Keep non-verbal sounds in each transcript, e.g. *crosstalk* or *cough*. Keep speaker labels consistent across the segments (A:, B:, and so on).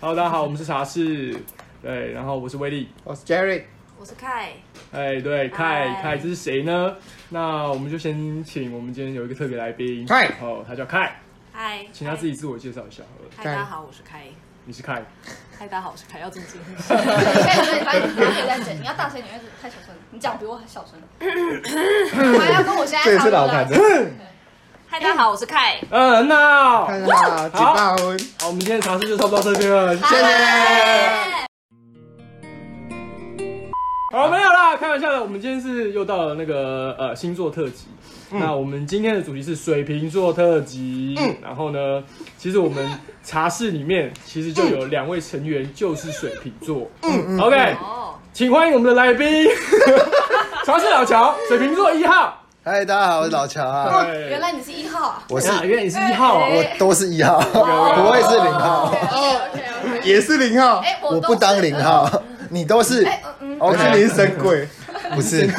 A: Hello，大家好，我们是茶室。对，然后我是威力。
B: 我是 Jerry，
C: 我是凯，
A: 哎，对，
C: 嗨
A: 凯凯，这是谁呢？那我们就先请我们今天有一个特别来宾，
B: 嗨
A: 哦，他叫凯，
C: 嗨，
A: 请他自己自我介绍一下好了。
C: 嗨。嗨，大家好，我是凯。
A: 你是凯，
C: 嗨，大家好，我是凯，要这
A: *laughs*
C: 么近。
D: 对，反正你可以在整，你要大声，你会太小声，你讲比我还小声。我还要跟我现在
B: 这也
D: 差
B: 是
D: 不多
B: 老
D: 了
B: 坛子。
C: 嗨，大家好，我是凯。
A: 嗯，那
B: 大家好，举报文，
A: 好，我们今天的茶室就差不多到这边了。
B: 谢谢。
A: 好，没有啦，开玩笑的。我们今天是又到了那个呃星座特辑。那我们今天的主题是水瓶座特辑。然后呢，其实我们茶室里面其实就有两位成员就是水瓶座。嗯 o k
C: 哦，
A: 请欢迎我们的来
D: *laughs*
A: 宾，茶室老乔，水瓶座一号。
E: 嗨，大家好，我是老乔啊，
D: 哦，原来哎你是一号啊！
E: 我是
A: 哎呀，原来你是一号啊！
E: 我都是一号，不会是零号，
D: 哦，OK OK。
B: *laughs* 也是零号，哦
D: 哎，
E: 我
D: 都
E: 不当零。号，你都是
D: 哎，嗯嗯，
B: 我
E: OK，
B: 是你是神鬼，
E: 不是？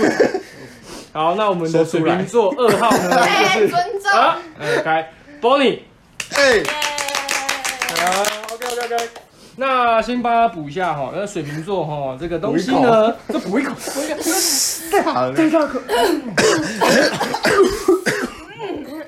A: 好，那我们的水瓶座二号呢，
D: *laughs* 哎，
A: 就是
D: 尊重。
A: 啊，呃该 Bonnie。
B: 哎，
A: 啊，OK OK OK。那先帮他补一下哈，那水瓶座哈这个东西呢，这补一口，补一口，
B: *laughs*
A: *laughs*
B: 好了，
A: 这下可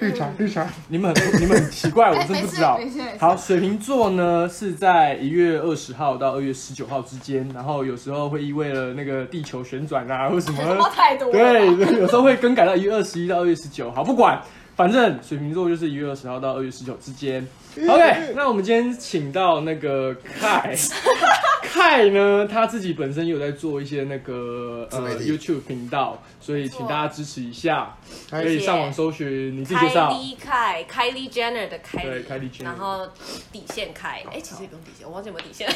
B: 绿茶绿茶，
A: 你们很你们很奇怪，我
D: 哎，
A: 真
D: 没
A: 不
D: 事
A: 知道
D: 没。事没事。
A: 好，水瓶座呢是在一月二十号到二月十九号之间，然后有时候会因为了那个地球旋转啊或什
D: 话
A: 么，
D: 太多
A: *laughs*
D: 了。
A: 对，有时候会更改到一月二十一到二月十九。好，不管，反正水瓶座就是一月二十号到二月十九之
E: *laughs*
A: 间。OK，那我们今天请到那个凯，
E: *laughs*
A: 凯呢他自己本身有在做一些那个
E: 自媒
A: 呃
E: 体
A: YouTube 频道，所以请大家支持一下，可
B: 哎
A: 以上网搜寻，你自己介
C: 凯
A: 绍。
C: 莉凯，Kylie Jenner 的凯，
A: 对，Kylie Jenner 哦
C: 然后底线凯，哎，其实也不用底线，我忘记有没有
A: *laughs*
C: 底线。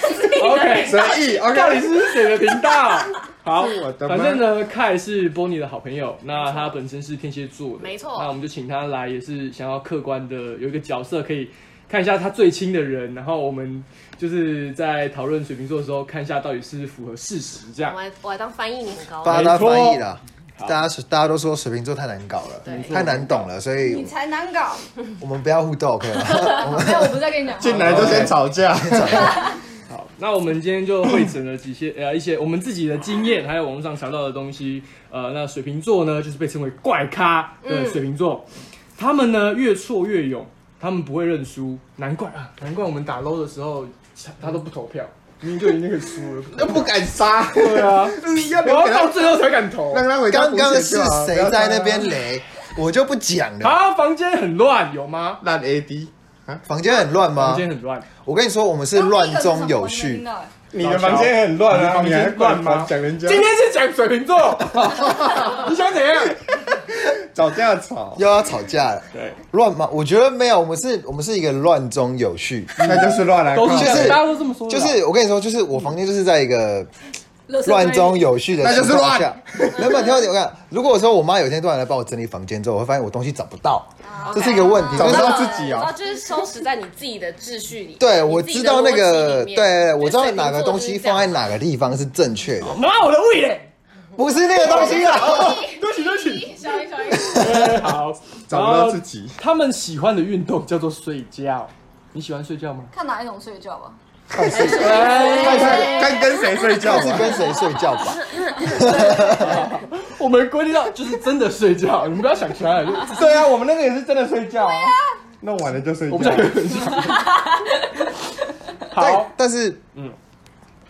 A: OK，
B: 随意
A: 到底
B: ，OK，
A: 是谁的频道？ *laughs* 好
B: 是我，的吗
A: 反正呢，凯是 Bonnie 的好朋友，那他本身是天蝎座的，
C: 没错
A: 那我们就请他来，也是想要客观的有一个角色可以看一下他最亲的人，然后我们就是在讨论水瓶座的时候，看一下到底是符合事实这样
C: 我。还我还当翻译，你很高
E: 帮
C: 欸。
E: 他翻译啦。大家说大家都说水瓶座太难搞了
C: 对，
E: 太难懂了，所
D: 你
E: 以
D: 才难搞。
E: 我们不要互动，OK 吗？
D: 没有，我不是在跟你讲。
B: 进来就先吵
E: *laughs*
B: 架，
A: 好，那我们今天就会诊了几些 *clears throat* 呃一些我们自己的经验，还有网络上查到的东西。呃，那水瓶座呢，就是被称为怪咖的水瓶座，他们呢越挫越勇，他们不会认输，难怪啊，难怪我们打 low 的时候他都不投票，明明就已经很输了。
B: 又不敢
E: *laughs*
B: 杀，
A: 对啊，
B: 你要不
A: 我
B: 要
A: 要
B: 给
A: 到
B: 他？
A: 最后才敢投。
B: 让他回家
E: 刚
B: 补
E: 刚
B: 血
E: 是
B: 就好
E: 谁在那边？雷， *laughs* 我就不讲了。
A: 啊，房间很乱，有吗？
B: 不要杀烂 AD，
E: 房间很乱
A: 房
E: 吗？
A: 间很乱，
E: 我跟你说，我们是乱中有序。。
B: 你的房间很乱啊，你还乱吗？讲人家
A: 今天是讲水瓶 *laughs* 座，你想怎样？
B: 吵架吵，
E: 又要吵架了，
A: 对，
E: 乱吗？我觉得没有，我们是，我们是一个乱中有序。
B: 那就是乱来，
A: 都是
B: 靠
A: 这样
E: 就是
A: 大家都这么说的
E: 就
A: 啊，
E: 是我跟你说，就是我房间就是在一个乱中有序的
B: 那就是
E: 情况下。能不能听我讲？我看，如果说我妈有一天突然来帮我整理房间之后，我会发现我东西找不到，
C: 啊
E: 这是一个问题。
B: 找
E: 就
B: 不
E: 是
B: 到
E: 说
B: 自己
C: 然后
B: 哦，
C: 就是收拾在你自己的秩序里。
E: 对，
C: 你
E: 我
C: 自己
E: 知
C: 的
E: 道那
C: 逻
E: 个，
C: 辑里面
E: 对我知道哪个
C: 就水瓶座
E: 东
C: 就是
E: 西
C: 这样
E: 放在哪个地方是正确的，
A: 妈我的胃嘞。 *laughs*
E: 不是那个东西
B: *laughs*
E: 啊。
A: 对不起，对不起。
D: 小一小一，
A: 好，
B: 找不到自。己，
A: 他们喜欢的运动叫做睡觉。你喜欢睡觉吗？
D: 看哪一种睡觉吧。
E: 看是
A: 哎
B: 看看看跟谁睡觉啊
E: 看是
B: 吧，
E: 跟谁睡觉吧。
A: 我们规定到就是真的睡觉， *laughs* 你们不要想其他的。就
B: 对啊，我们那个也是真的睡觉啊，弄完了就睡
A: 我
B: 觉
A: 不。想跟人讲。好
E: 但，但是，
A: 嗯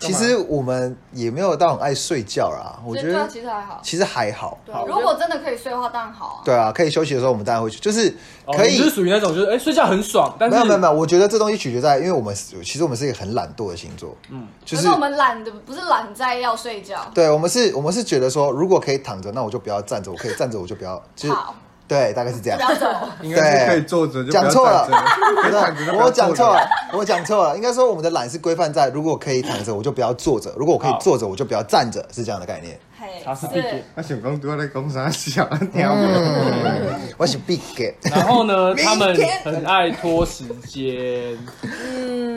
E: 嗯，其实我们也没有到很爱睡觉啦。我觉
D: 对啊，
E: 得
D: 其实还好。
E: 其实还好。
D: 对，啊如果真的可以睡的话，当然好啊。
E: 对啊，可以休息的时候我们当然会去，就是可
A: 哦你
E: 以
A: 就是属于那种就是哎睡觉很爽，但是
E: 没有没有没有，我觉得这东西取决在，因为我们是其实我们是一个很懒惰的星座，嗯，就
D: 可
E: 是
D: 是我们懒的不是懒在要睡觉，
E: 对我们是，我们是觉得说，如果可以躺着，那我就不要站着；我可以站着，我就不要，就是
D: 好，
E: 对，大概是这样
D: 不。要走。
B: 应该是可以坐着，就不要
E: 讲错了
B: 站着
E: 不是
B: *laughs* 躺着就不啊要
E: 我讲错
B: 坐着
E: 了，我讲错了，应该说我们的懒是规范在，如果可以躺着，我就不要坐着；如果我可以
A: 好
E: 坐着，我就不要站着，是这样的概念。
D: 嘿
A: 茶是必点。
B: 我想讲拄仔咧讲啥笑，听不懂。
E: 嗯，我是 big gay，
A: 然后呢，他们很爱拖时间。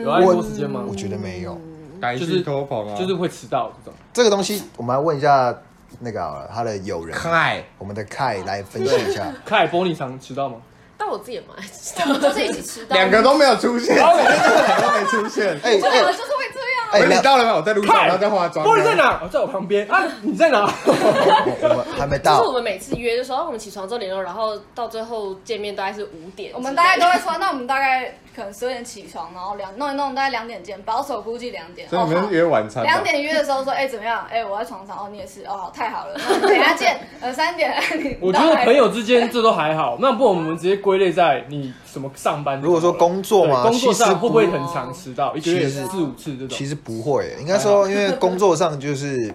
A: 有爱拖时间吗？
E: 我觉得没有
B: 改
A: 就是
B: 去偷棚啊，
A: 就是会迟到这种。
E: 这个东西，我们来问一下那个好了他的友人，
B: 开
E: 我们的凯来分析一下。
A: 凯波，你常迟到吗？
C: 但我我自己也蛮 *laughs* 爱吃
D: 我们就是一起吃到
B: 两个都没有出现，两个都没出现。
E: 哎
D: 对啊，
E: 哎
D: 就是会这样啊。
E: 哎，
B: 哎，你
E: 两
B: 到了吗？我在路上，
A: 看
B: 然后在化妆。
A: 玻璃在？哪？哦，在我旁边啊！你在哪？
E: 哎我们还没
C: 就是我
E: 到，
C: 们每次约就说，啊我们起床之后联络，然后到最后见面大概是五点之类的。
D: *laughs* 我们大概都会说，那我们大概可能十二点起床，然后两弄一弄，大概两点见，保守估计两点。
B: 所以你
D: 哦
B: 们
D: 好
B: 是约晚餐吧？啊
D: 两点约的时候说，哎、怎么样？哎、我在床上，哦，你也是，哦，好，太好了，那我们等一下见，呃，三点。 *laughs* 你
A: *laughs* 我觉得朋友之间这都还好，那不我们直接归类在你什么上班？
E: 如果说工作嘛
A: 对工作
E: 其实
A: 上
E: 不
A: 会不会很常迟到？一个月
E: 其实
A: 四五次这种
E: 其。实不会，应该说因为工作上就是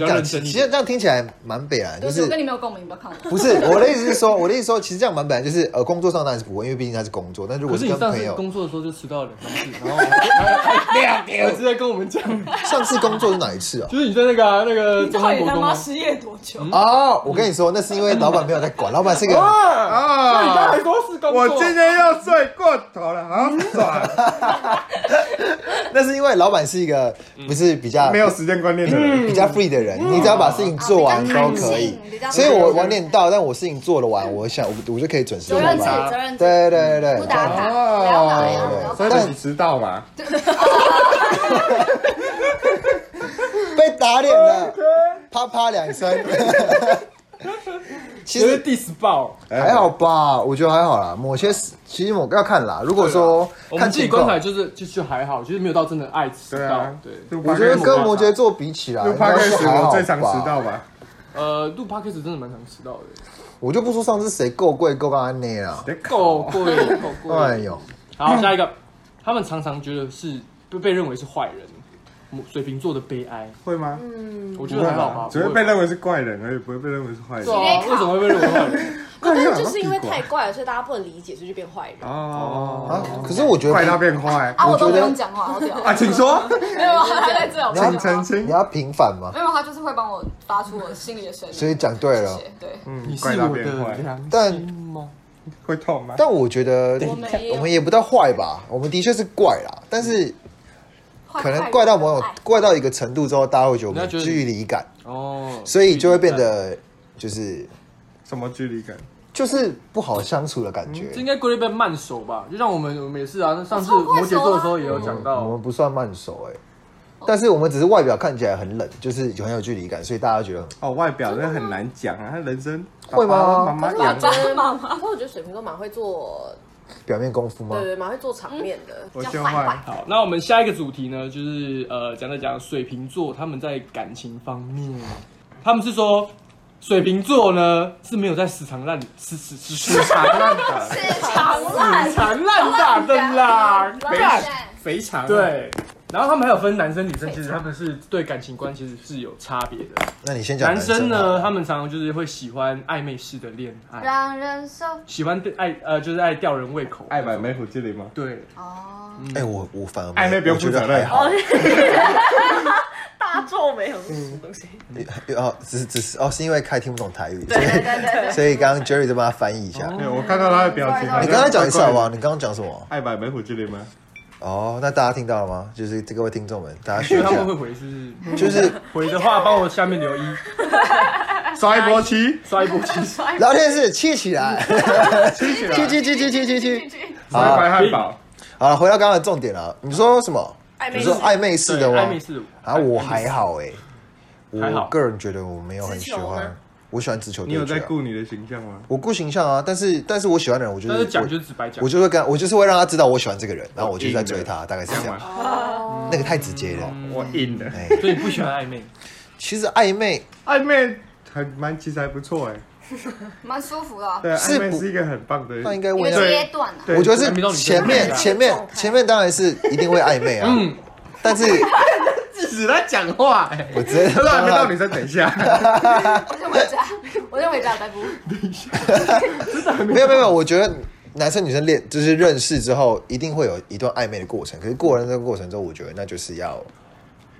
A: 比
E: 么
A: 较
E: 讲，
A: 认
E: 其
A: 真一点
E: 实这样听起来蛮北蓝，就
D: 就是我
E: 是
D: 跟你没有共鸣，不要看我。
E: 不是我的意思是说，我的意思说，其实这样蛮本来就是呃，工作上当然是不会，因为毕竟他是工作。但如
A: 可
E: 果
A: 是
E: 是
A: 你
E: 跟
A: 上
E: 朋
A: 次
E: 友，
A: 工作的时候就迟到了两次，然后 *laughs* 两点直接跟我们讲，
E: 上次工作是哪一次啊？
A: 就是你在那个啊那个中
D: 到
A: 山
D: 底
A: 国
D: 他
A: 中啊
D: 妈
A: 吗？
D: 失业多久？
E: 哦，我跟你说，那是因为老板没有在管，老板是一个
A: 啊！那你刚
B: 啊
A: 才！说是工作，
B: 我今天又睡过头了，好
A: 嗯
B: 爽！
A: *laughs*
E: 那是因为老板是一个
A: 嗯
E: 不是比较
B: 没有嗯时间观念的人，
E: 比较 free 的人，你只要把事情做完都可
B: 哦
E: 以。
D: 啊
E: 所以我晚点到，但我事情做了完，我想我我就可以准时
D: 责
E: 下
D: 任制，
E: 班。
D: 责任制，
E: 对对对
D: 不
E: 对，
D: 打卡，
A: 嗯
E: 啊
D: 不要打卡，不要
B: 哦，
D: 打
B: 所以你迟到嘛？
E: 被打脸
B: *laughs*
E: 了，啪啪两声。其
A: 直接
E: 实
A: diss 爆，
B: 哎
E: 还好吧，我觉得还好啦。某些事其实我要看啦，如果说
A: 啊我
E: 看
A: 们自己
E: 情
A: 观
E: 况
A: 察，就是就就还好，就是没有到真的爱迟
B: 对
A: 到
B: 啊，，
A: 对。
B: 录
E: 我觉得
B: podcast
A: 啊
E: 跟摩羯座比起来，
B: 录
E: 应该是
B: podcast
E: 还好
B: 我最常迟
E: 吧。
B: 到吧？
A: 呃，录 podcast 真的蛮常迟到
E: *laughs*
A: 的，
E: 我就不说上次谁够贵够干安内啦。
B: 别
A: 够
B: 搞
A: 贵够
E: 哎
A: 贵。
E: 呦，
A: 好，下一个，他们常常觉得是被被认为是坏人，水瓶座的悲哀，
B: 会吗？
A: 我嗯觉得还好吧，
B: 只会被认为是怪人而已，不会被认为是坏人
A: 对。啊，为什么会被认为坏人？
B: *laughs* 怪
C: 但
B: 人
C: 是
B: 好像
C: 就是因为
B: 屁股啊
C: 太怪了，所以大家不能理解，所以就变坏人。
E: 啊
B: 哦，！
E: 可是我觉
B: 怪他
E: 得
B: 变坏
D: 啊，我都不用讲话，好屌。
B: 啊，请说，
D: *laughs* 没有，啊他在这，我
B: 请澄清
A: 啊
E: 你。要平反嘛，
D: 没有，他就是会帮我发出我心里的声音。
E: 所以讲对了
D: 谢。谢对，
B: 嗯
A: 你是
B: 怪他
A: 我
B: 变
A: 的
B: 坏，
A: 良
E: 但
A: 心吗？
B: 会痛吗？
E: 但我觉得
D: 我没有
E: 我们也不到坏吧，我们的确是怪啦，但是
D: 坏
E: 可能怪到某种 *laughs*
D: 坏
E: 怪到一个程度之后，大家会觉得我们
A: 人家觉得
E: 距离感，
A: 哦，
E: 所以就会变得就是
B: 什么距离感？
E: 就是不好相处的感觉
A: 这。应该归类在慢熟吧？就像我们我们也是啊，那上次
D: 我超快
A: 摩羯座
D: 熟
A: 的
D: 啊
A: 时候也有讲
E: 嗯我
B: 嗯
A: 到，
E: 们不算慢熟哎、但是我们只是外表看起来很冷，就是很有距离感，所以大家觉得
B: 哦，外表真的很难讲啊，他人生
E: 会吗
B: 爸爸妈妈
C: 我
B: 养
C: 觉
B: 的，
C: 得，可是我觉得水瓶座蛮会做，
E: 表面功夫吗
C: 对？对，蛮会做场面的。
B: 我
D: 比较
B: 就
D: 坏
B: 坏
D: 坏。
A: 好，那我们下一个主题呢，就是呃，讲在讲水瓶座他们在感情方面，他们是说水瓶座呢是没有在死缠烂死死死死
B: 长
A: *laughs*
B: 烂的，
D: 是哎长烂，
A: 缠烂打的啦，干
B: 肥肠。，
A: 对。然后他们还有分男生女生，其实他们是对感情观其实是有差别的。
E: 那你先讲
A: 男生
E: 好了
A: 呢，他们常常就是会喜欢暧昧式的恋爱，
D: 让人受
A: 喜欢对爱呃就是爱吊人胃口，
B: 爱买梅虎鸡里吗？
A: 对，
D: 哦，
E: 哎、我我反而没
B: 暧昧不用负责
E: 我觉得还
B: 任
E: 好，
C: 大皱眉很什么东西？
E: 哦，只是只是哦，是因为开听不懂台语，
C: 对
E: 所
C: 对
E: 以
C: 对对
E: *laughs* 所以刚刚 Jerry 就帮他翻译一下。
A: 哦
B: 对，哎我看到他的表情。
E: 你刚才讲一次好不好？？你刚刚讲什么？
B: 爱买梅虎鸡里吗？
E: 哦，那大家听到了吗？就是各位听众们，大家
A: 因
E: 学
A: 为
E: 一
A: 他们会
E: 下，
A: 回是
E: 就是
A: 回的话，帮我下面留一
B: 刷一波七，
A: 刷一波气。
E: 聊天室气起
A: *laughs*
E: 来，
B: 七起来，
E: *laughs* 气气气气气气气。
B: 刷一块汉堡。
E: 好了，回到刚刚的重点了。你说什么？
C: 暧昧
E: 你说暧昧式的
A: 对
E: 吗
A: 暧？昧式
E: 啊，我还好哎、
A: 还好
E: 我个人觉得我没有很喜
C: 直球
E: 欢
C: 吗，
E: 我喜欢直球
B: 你
E: 对
B: 有在
E: 决、啊。
B: 顾你的形象吗？
E: 我顾形象啊，但是但是我喜欢的人，我就是
A: 但是讲就
E: 我
A: 是直白讲
E: 我，就会跟他我就是会让他知道我喜欢这个人，然后我就在
B: 我
E: 追
B: 赢
E: 他，大概是
B: 这
E: 这
B: 样
E: 样。
B: 吗？
C: 哦
E: 那个太直接了。
B: 我硬了。
E: 哎、
A: 所以不喜欢暧
E: *laughs*
A: 昧。
E: 其实暧昧
B: 暧昧还蛮，其实还不错哎。
D: 蛮舒服的啊，
B: 对，
E: 是
B: 暧昧
E: 不
B: 是一个很棒的。
E: 那应该
D: 一
E: 问
D: 个
E: 一下，
D: 阶段啊，
B: 对，
E: 我觉得
A: 暧昧到
E: 是
A: 你
E: 前
A: 这
E: 面
A: 个
E: 前
C: 这个
E: 面
C: 状态
E: 前面当然是一定会暧昧啊，
A: 嗯，
E: 但是
B: 制止他讲话哎。
E: 我直接
B: 他说还没到女生，等一下。 *laughs*
D: 我就回家，我就回家，拜拜。
E: 没有没有没有，我觉得男生女生恋就是认识之后，一定会有一段暧昧的过程。可是过了那个过程之后，我觉得那就是要，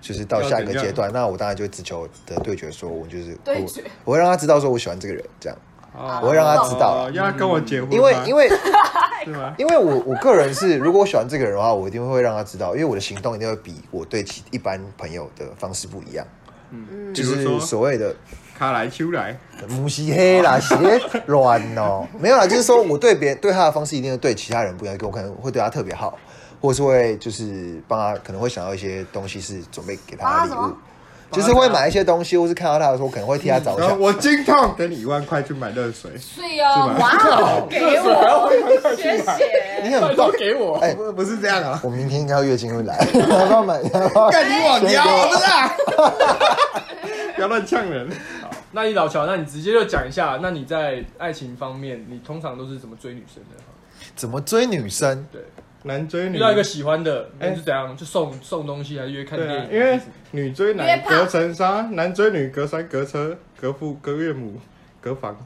E: 就是到下一个阶段，那我当然就会直球的对决说，我就是
D: 对决
E: 我，我会让他知道说我喜欢这个人，这样
B: 哦
E: 我会让他知道
B: 哦，要他跟我结婚吗，
E: 因为因
B: 为
E: 为
B: *laughs* 是吗？
E: 因为我我个人是，如果我喜欢这个人的话，我一定会让他知道，因为我的行动一定会比我对其一般朋友的方式不一样，
A: 嗯
E: 就 *laughs*
B: 比如说
E: 是所谓的嗯
B: 卡来秋来，
E: 母系黑啦，鞋软哦，没有啦，就是说我对别人对他的方式一定会对其他人不一样，我可能会对他特别好，或是会就是帮他，可能会想到一些东西是准备给
B: 啊
E: 他的礼
D: 帮他什
E: 物
D: 么，
E: 就是会买一些东西，或是看到他的时候，可能会替他着
B: 然后
E: 想。
B: 我金痛给你一万块去买热水，
D: 对啊，
B: 吧
D: 哇哦，
C: 给我，谢谢。
E: 你很棒，
A: 给我，
B: *laughs*
E: 哎
B: 不不是这样啊，
E: 我明天应该月经会来， *laughs* 你要不
B: *laughs*
E: 要买？你要不要
B: 干你我娘不是啊， *laughs* 不要乱呛人。
A: 那你老乔，那你直接就讲一下，那你在爱情方面，你通常都是怎么追女生的？
E: 怎么追女生？
A: 对，
B: 男追女
A: 遇到一个喜欢的，
B: 哎
A: 那是怎样？就送送东西，还是约看
B: 对
A: 电
B: 啊，
A: 影？
B: 因为女追
D: 约
B: 男
D: 炮
B: 隔层纱，男追女隔山隔车隔父隔岳母隔房，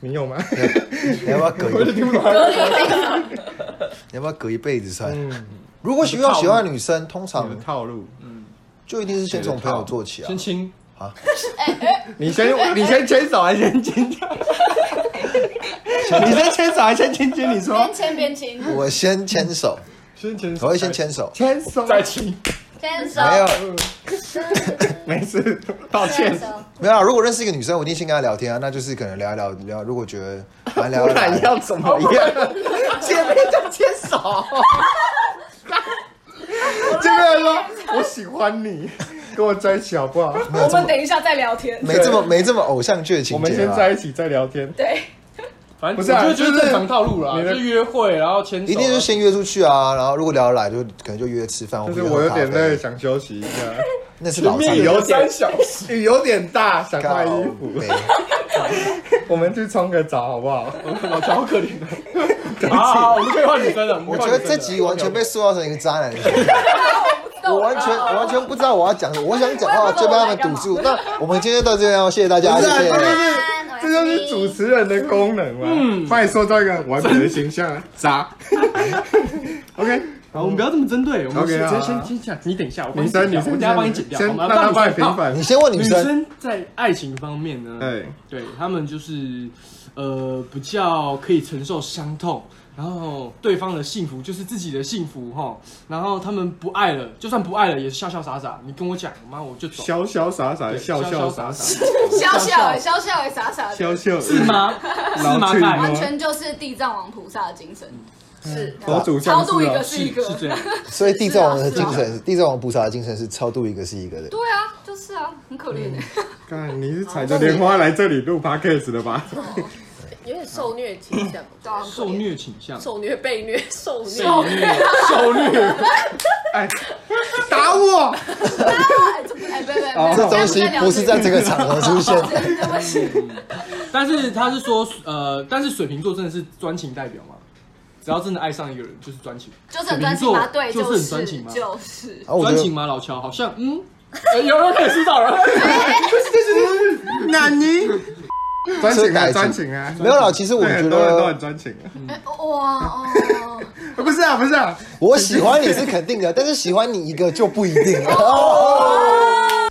B: 你有吗？
E: 你要不要隔一？你要不要隔一辈子算？
B: 嗯，
E: 如果喜欢喜欢的女生，通
B: 你的
E: 常
B: 套路，
A: 嗯，
E: 就一定是先从朋友做起啊
A: 先。亲，
B: 你先
D: *laughs*
B: 你先牵手还是先亲亲？你先牵手还是先亲亲？你说
D: 边牵边亲，
E: 我先牵手，
B: 先牵手，
E: 我会先牵手。
B: 牵手
A: 再亲，
D: 牵手，
E: 没有
B: 没事，道歉
D: 牵。手，
E: 没有啊，如果认识一个女生，我一定先跟她聊天啊，那就是可能聊一聊聊，如果觉得蛮聊
B: 不
E: 得来
B: 然
E: 的，
B: 要怎么样？见面就牵 *laughs* 手。见面说我喜欢你，跟我在一起好不好？
C: 我们等一下再聊天。
E: 没这么没这么偶像剧的
B: 我
E: 情
B: 们
E: 节
B: 先
E: 啊，
B: 在一起再聊天。
C: 对，
A: 反正
B: 不是啊
A: 我觉得
B: 就是
A: 就是正常套路啦，
B: 你的
A: 就是约会，然后牵手，
E: 一定是先约出去啊，然后如果聊得来，就可能就约吃饭，或
B: 就是
E: 约
B: 我有
E: 喝咖
B: 点累，
E: 啡。
B: 想休息一下。
E: 那是老三啊
B: 前面 *laughs* 有
A: 三小时，
B: 雨 *laughs* 有点大，想换衣服。
E: 没
B: *laughs* 我们去冲个澡好不好？
A: 老乔好可怜
B: *laughs*
A: 的。好好，啊好我们可以换女生了。
E: 我觉得这集完全被塑造成一个渣
B: *laughs*
E: 男的形象。
B: 啊
E: 我完全我完全不知道我要讲什么，我想讲话就被他们堵住。那我们今天就到这边哦，谢谢大家，
B: 不
E: 谢
B: 是啊
E: 谢。
B: 这就是主持人的功能嘛。嗯，把你塑造一个很完美的形象，渣。OK，
A: 好，我们不要这么针对，我们
B: OK，
A: 先
B: 好
A: 先
B: 啊
A: 先先讲，你等一下，我帮
B: 女
A: 你剪掉我等
B: 生女生，
A: 一下帮你剪掉，
B: 先
A: 好吗？
B: 让
A: 帮
B: 他
A: 你
B: 帮你
A: 剪掉
B: 平反
E: 你。先问女
A: 女
E: 生，
A: 生在爱情方面呢，
B: 哎，
A: 对他们就是呃比较可以承受伤痛，然后对方的幸福就是自己的幸福哈，然后他们不爱了，就算不爱了也是笑笑傻傻，你跟我讲，妈我就走，
B: 潇潇洒洒，
A: 对
B: 笑
A: 潇
B: 笑
A: 洒
B: 洒洒，
A: 傻，
D: 笑笑，笑笑，傻傻的，
B: 笑笑
A: 是吗？是吗？
B: 老去
A: 盖
D: 完全就是地藏王菩萨的精神，
C: 是
B: 佛祖
D: 超
B: 像
D: 度
B: 素
D: 一个
B: 啊。
D: 是一
A: 是这
D: 个，
A: 样，
E: 所以地藏王的精神，地藏王菩萨的精神是超度一个是一个的。
D: 对啊，就是啊，很可怜的，
B: 看你是踩着莲花来这里录 podcast 的
A: *laughs*
B: 吧？
C: 有点受虐倾向，
D: 对啊，很可
A: 受
D: 怜。
A: 虐倾向，
C: 受虐被虐，受虐。
A: 受虐，受虐，
B: 哎，打我！
D: 哎，这不哎，
B: 哦
D: 不不
E: 哦这
D: 不，
E: 东西不是在这个场合出现的。
D: 对不起，
A: 但是他是说呃，但是水瓶座真的是专情代表嘛，只要真的爱上一个人就是专情，
D: 就是很专情吗？对，
A: 就是
D: 就
A: 很专情吗
D: 就是，
E: 然
B: 哦
E: 哦后我
A: 专
E: 觉
A: 情
E: 得
A: 吗？老乔好像嗯，呃有人可以知道了。 *laughs*
B: 那你专情啊，
E: 这
B: 专情啊！
E: 没有啦，其实我
B: 对
E: 觉
B: 很多人都
E: 得
B: 很专情啊。
D: 哎哇哦，
B: 不是啊，不是啊，
E: 我喜欢你是肯定的，但是喜欢你一个就不一定
B: *laughs*
E: 了。
B: 哦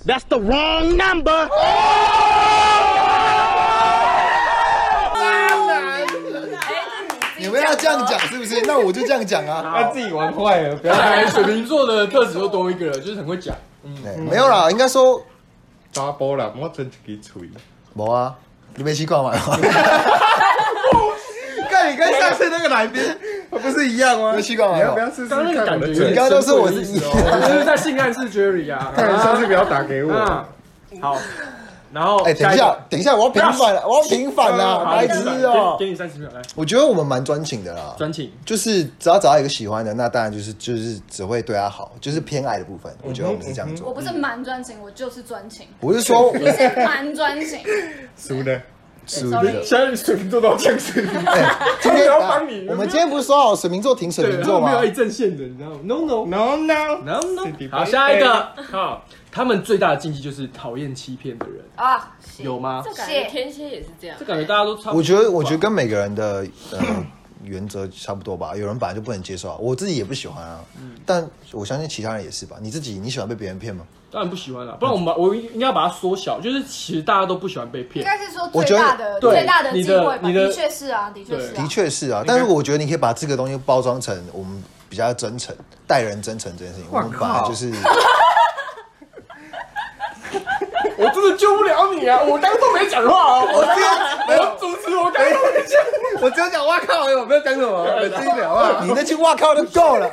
F: That's the wrong
E: 哦
F: number.
E: 你们要这样讲是不是？那我就这样讲
B: *laughs*
E: 啊。
B: 他自己玩坏了，不要
A: 看来水瓶座的特质又多一个了，就是很会讲。 *laughs*
E: 对没有啦，应该说
B: 打波了，我真一支嘴。
E: 没啊，你没去逛买吗？
B: *laughs* 看你跟上次那个来宾不是一样吗？
E: 没去逛
B: 你
E: 买
B: 要不
E: 吗？
B: 要试试
A: 刚刚那
B: 看
A: 个感觉
B: 我的
A: 有点
B: 嘴？
E: 你刚刚都说我是
A: 深邃的意思哦，你是不是在性暗示 Jerry 啊？
B: 看你下次不要打给我。
A: 啊，好，然后
E: 哎，等一
A: 个
E: 下，等一下，我要平反了，我要平反
B: *laughs*
A: 好
E: 了，白痴哦
A: 给！你给你三十秒来
E: 我觉得我们蛮专情的啦，
A: 专情。
E: 就是只要找到一个喜欢的，那当然就是就是只会对他好，就是偏爱的部
A: 嗯
E: 分。我觉得我们是这样
D: 我
E: 做。
D: 不是蛮专情，我就是专情，
E: 我是说，
A: *laughs*
D: 你是蛮专情，
B: 输的，
E: 属
D: 对
E: 于
A: 现在水瓶座都要呛水瓶，
E: 今天
A: 要帮你
E: 我们今天不是说好水瓶座挺水
A: 对，
E: 瓶
A: 然
E: 座
A: 后
E: 吗
A: 没？有一阵线的，你知道吗？No No
B: No no，
A: No No。
B: 是
A: 好，下一个，好，他们最大的禁忌就是讨厌欺骗的人，
D: 啊，
A: 有吗？
C: 感觉天蝎也是这样
A: 这，感觉大家都差不多。
E: 我觉得，我觉得跟每个人的呃原则差不多吧。有人本来就不能接受啊，我自己也不喜欢啊。
A: 嗯
E: 但我相信其他人也是吧。你自己你喜欢被别人骗吗？
A: 当然不喜欢了，不然我们把我应该要把它缩小，就是其实大家都不喜欢被
D: 应
A: 骗。
D: 该是说
E: 我
D: 最
E: 觉得
D: 大的
A: 对
D: 最大的机会吧，
A: 你的
D: 的确是啊，的确是啊
E: 的，确是啊，但是我觉得你可以把这个东西包装成我们比较真诚、待人真诚这件事情。我
B: 哇
E: 们本来
B: 靠
E: 就是
A: *laughs* 我真的救不了你啊！我刚刚都没讲话哦，我
E: 没有
A: 我主持我刚刚都没讲。
B: 我只有讲哇靠，我没有讲什 *laughs* 么，冷静点啊。
E: 你那句哇靠就够了。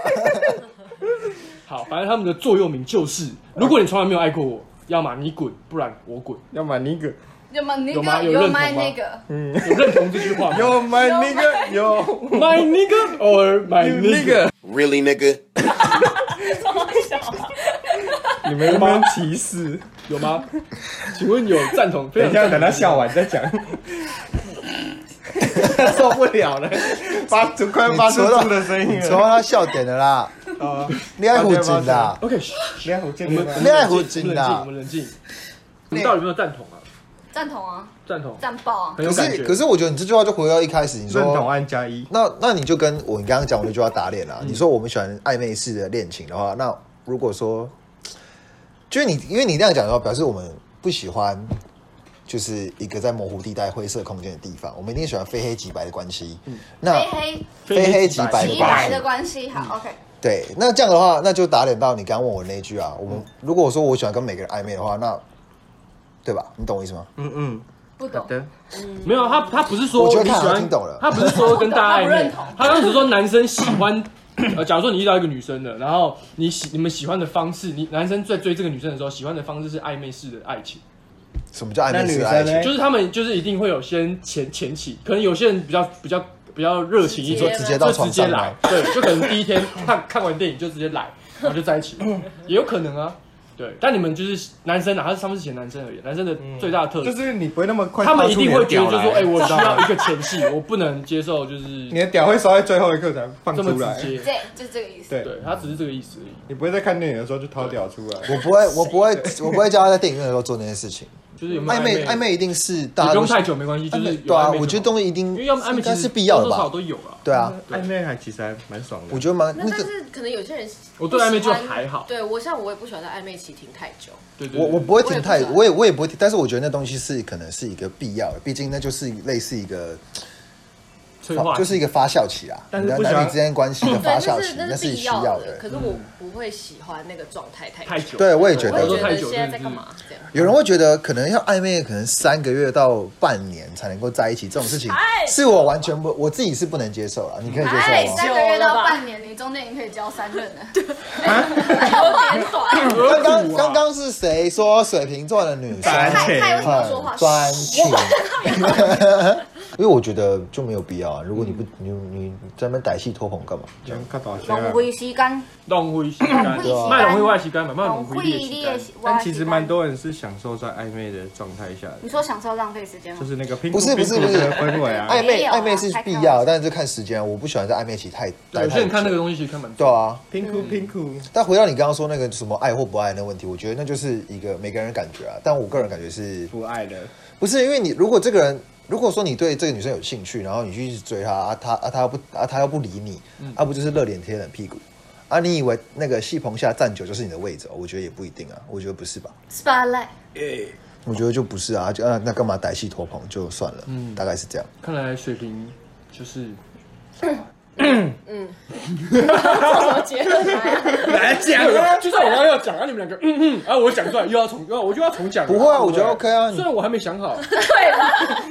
A: 好，反正他们的座右铭就是：如果你从来没有爱过我，要么你滚，不然我滚。
B: 要买那个，
D: 有吗？那
A: 有吗
D: 个
A: 有认同吗
D: 卖那个，
A: 我认同这句话吗
B: *laughs* 有买那个，有
A: ？My nigga or my
B: 那
A: nigga？
B: 个，
E: Really nigga？
C: *laughs*
B: 你们有没有歧视？
A: 有吗？请问有赞同？非
B: 等
A: 常赞
B: 一下，等
A: 同
B: 他笑完再讲。 *laughs* 受不了了，发出快
E: 你
B: 发出
E: 戳到
B: 猪的声音
E: 你戳
B: 了。
E: 到他笑点
B: *laughs*
E: 了啦！
B: 啊，
E: 恋爱胡锦的啊，
A: OK，嘘
B: 你好，这
A: 我们我
B: 边
A: 们
E: 恋爱
A: 冷静
E: 胡锦的啊
A: 我们冷静，我们冷静。你们到底有没有赞同啊？
D: 赞同啊，
A: 赞同，
D: 赞爆啊！
A: 很有
E: 可
A: 感
E: 是
A: 觉。
E: 可是我觉得你这句话就回到一开始，你
B: 认同啊
E: 说
B: 按加一。
E: 那那你就跟我你刚刚讲我那句话打脸啊啦。你说我们喜欢暧昧式的恋情的话，那如果说就是你因为你那样讲的话，表示我们不喜欢。就是一个在模糊地带、灰色空间的地方，我们一定喜欢非黑即白的关系。那
D: 黑黑
E: 非黑即白的
D: 极
E: 关
D: 白
E: 系
D: 的，关系，好，OK，
E: 对，那这样的话，那就打脸到你刚刚问我那一句啊。我们如果我说我喜欢跟每个人暧昧的话，那对吧？你懂我意思吗？
B: 嗯嗯，
D: 不
B: 好
D: 懂，
B: 的。
A: 没有啊他，他不是说
E: 我觉得
A: 你
E: 看
A: 喜
E: 好
A: 欢
E: 听懂了
A: 他不是说跟大家暧
D: 他不认
A: 昧
D: 同，
A: 他当时说男生喜欢， *coughs* 呃，假如说你遇到一个女生的，然后你喜你们喜欢的方式，你男生在追这个女生的时候，喜欢的方式是暧昧式的爱情，
E: 什么叫暧
B: 那
E: 昧
B: 女
E: 式的爱
B: 生
E: 情？
B: 呢？
A: 就是他们就是一定会有先前前期，可能有些人比较比较比较热情一
C: 直
A: 点，
C: 接
E: 直
A: 就
E: 接到床
A: 直接
E: 上
A: 来
E: 来，，
A: 对，就可能第一天看看完电影就直接来，然后就在一起，
E: 嗯
A: 也有可能啊，对，但你们就是男生啊，他是他们是写男生而言，男生的
E: 嗯
A: 最大的特
B: 就
A: 质。
B: 是你不会那么快，
A: 他们一定会觉得，就是说，哎、我需
B: 知道吗
A: 要一个前戏，我不能接受，就是
B: 你的屌会烧在最后一刻才放
A: 这么
B: 出来
A: 直。接。
D: 这就是这个意思。
B: 对，
A: 对他只是这个意思而已，
B: 你不会在看电影的时候就掏屌出来。
E: 我不会，我不会，我不会叫他在电影院的时候做那件事情。
A: 就是有没有
E: 暧昧
A: 昧
E: 暧，昧一定是大
A: 你
E: 家
A: 不
E: 都
A: 用
E: 喜
A: 太久没关系，就
E: 暧
A: 是
E: 昧
A: 有
E: 对啊，
A: 暧昧就好
E: 我觉得东西一定
A: 因为要暧昧其
E: 应该
A: 实
E: 是必要的
A: 多多少少
E: 吧？
A: 都有啊。
E: 对啊，
B: 暧昧还其实还蛮爽的。
E: 我觉得蛮
C: 那
E: 那
C: 但
E: 个
C: 是可能有些人
A: 我
C: 不喜欢，
A: 对暧昧就还好
C: 对我像我也不喜欢在暧昧期停太久。
A: 对对
E: 我我不会停太，
C: 我
E: 我也我也不会停，但是我觉得那东西是可能是一个必要的，毕竟那就是类似一个
A: 催化
E: 就是一个发酵期啊，
B: 但是
E: 男
B: 不喜欢
E: 男女之间关系的
C: 嗯对，
E: 发酵
C: 那是
E: 期，那
C: 那是
E: 是
C: 必
E: 需要
C: 的。可
E: 的。
C: 是我不会喜欢那个状态太
A: 太
C: 久。
A: 久。
E: 对，我也
C: 我
E: 觉
C: 会
A: 我
E: 得
A: 都。
C: 觉
A: 太
C: 得
A: 久真
C: 现在
A: 的
C: 在
A: 是
C: 干嘛？这样
E: 有人会觉得，可能要暧昧，可能三个月到半年才能够在一起，这种事情是我完全不，我自己是不能接受了。你可以接
D: 哎，
E: 受吗？
D: 三个月到半年，你中间已经可以交三任了。
C: 有点短。
E: 刚刚刚刚是谁说水瓶座的女生
B: 专
D: 太
B: 情
D: 太为什么说话
E: 很？专情？因为我觉得就没有必要啊。如果你不你你在那边歹戏拖棚干嘛？
B: 这样看到现
D: 龙回吸干，
A: 浪费吸干
D: 对啊，
A: 卖龙会外吸干嘛，卖
D: 龙
A: 龙
D: 会
A: 会裂吸
D: 裂
A: 干。
D: 吸。
B: 但其实蛮多人是享受在暧昧的状态下的
D: 你，说享受浪费时间
B: 就
D: 吗？
B: 是那个拼
E: 不是不是不是
B: 的氛围啊
D: 哎。
E: 暧昧
D: 没有啊
E: 暧昧是必要，但是就看时间啊。我不喜欢在暧昧期太
A: 对
E: 待
A: 有些
E: 太
A: 人看那个
E: 久。
A: 东西其实看蛮
E: 对啊，
B: 拼酷拼酷，
E: 但回到你刚刚说那个什么爱或不爱的问题，我觉得那就是一个每个人的感觉啊。但我个人感觉是
B: 不爱的，
E: 不是因为你如果这个人，如果说你对这个女生有兴趣，然后你去一直追她，啊她啊她又不啊她又不理你，啊不就是热脸贴冷屁股？啊，你以为那个戏棚下站久就是你的位置哦？我觉得也不一定啊，我觉得不是吧？
D: Spotlight，
E: 我觉得就不是啊，就啊那干嘛歹戏拖棚就算了，嗯，大概是这样。
A: 看来水瓶就是
C: 怎么结论啊？
A: 来讲啊， *laughs* 就算我刚刚要讲啊，你们两个 *laughs* 嗯嗯，啊我讲出来又要重，又要我就要重讲。
E: 不会啊，我觉得
A: 对
E: OK 啊，
A: 虽
E: 你
A: 然我还没想好，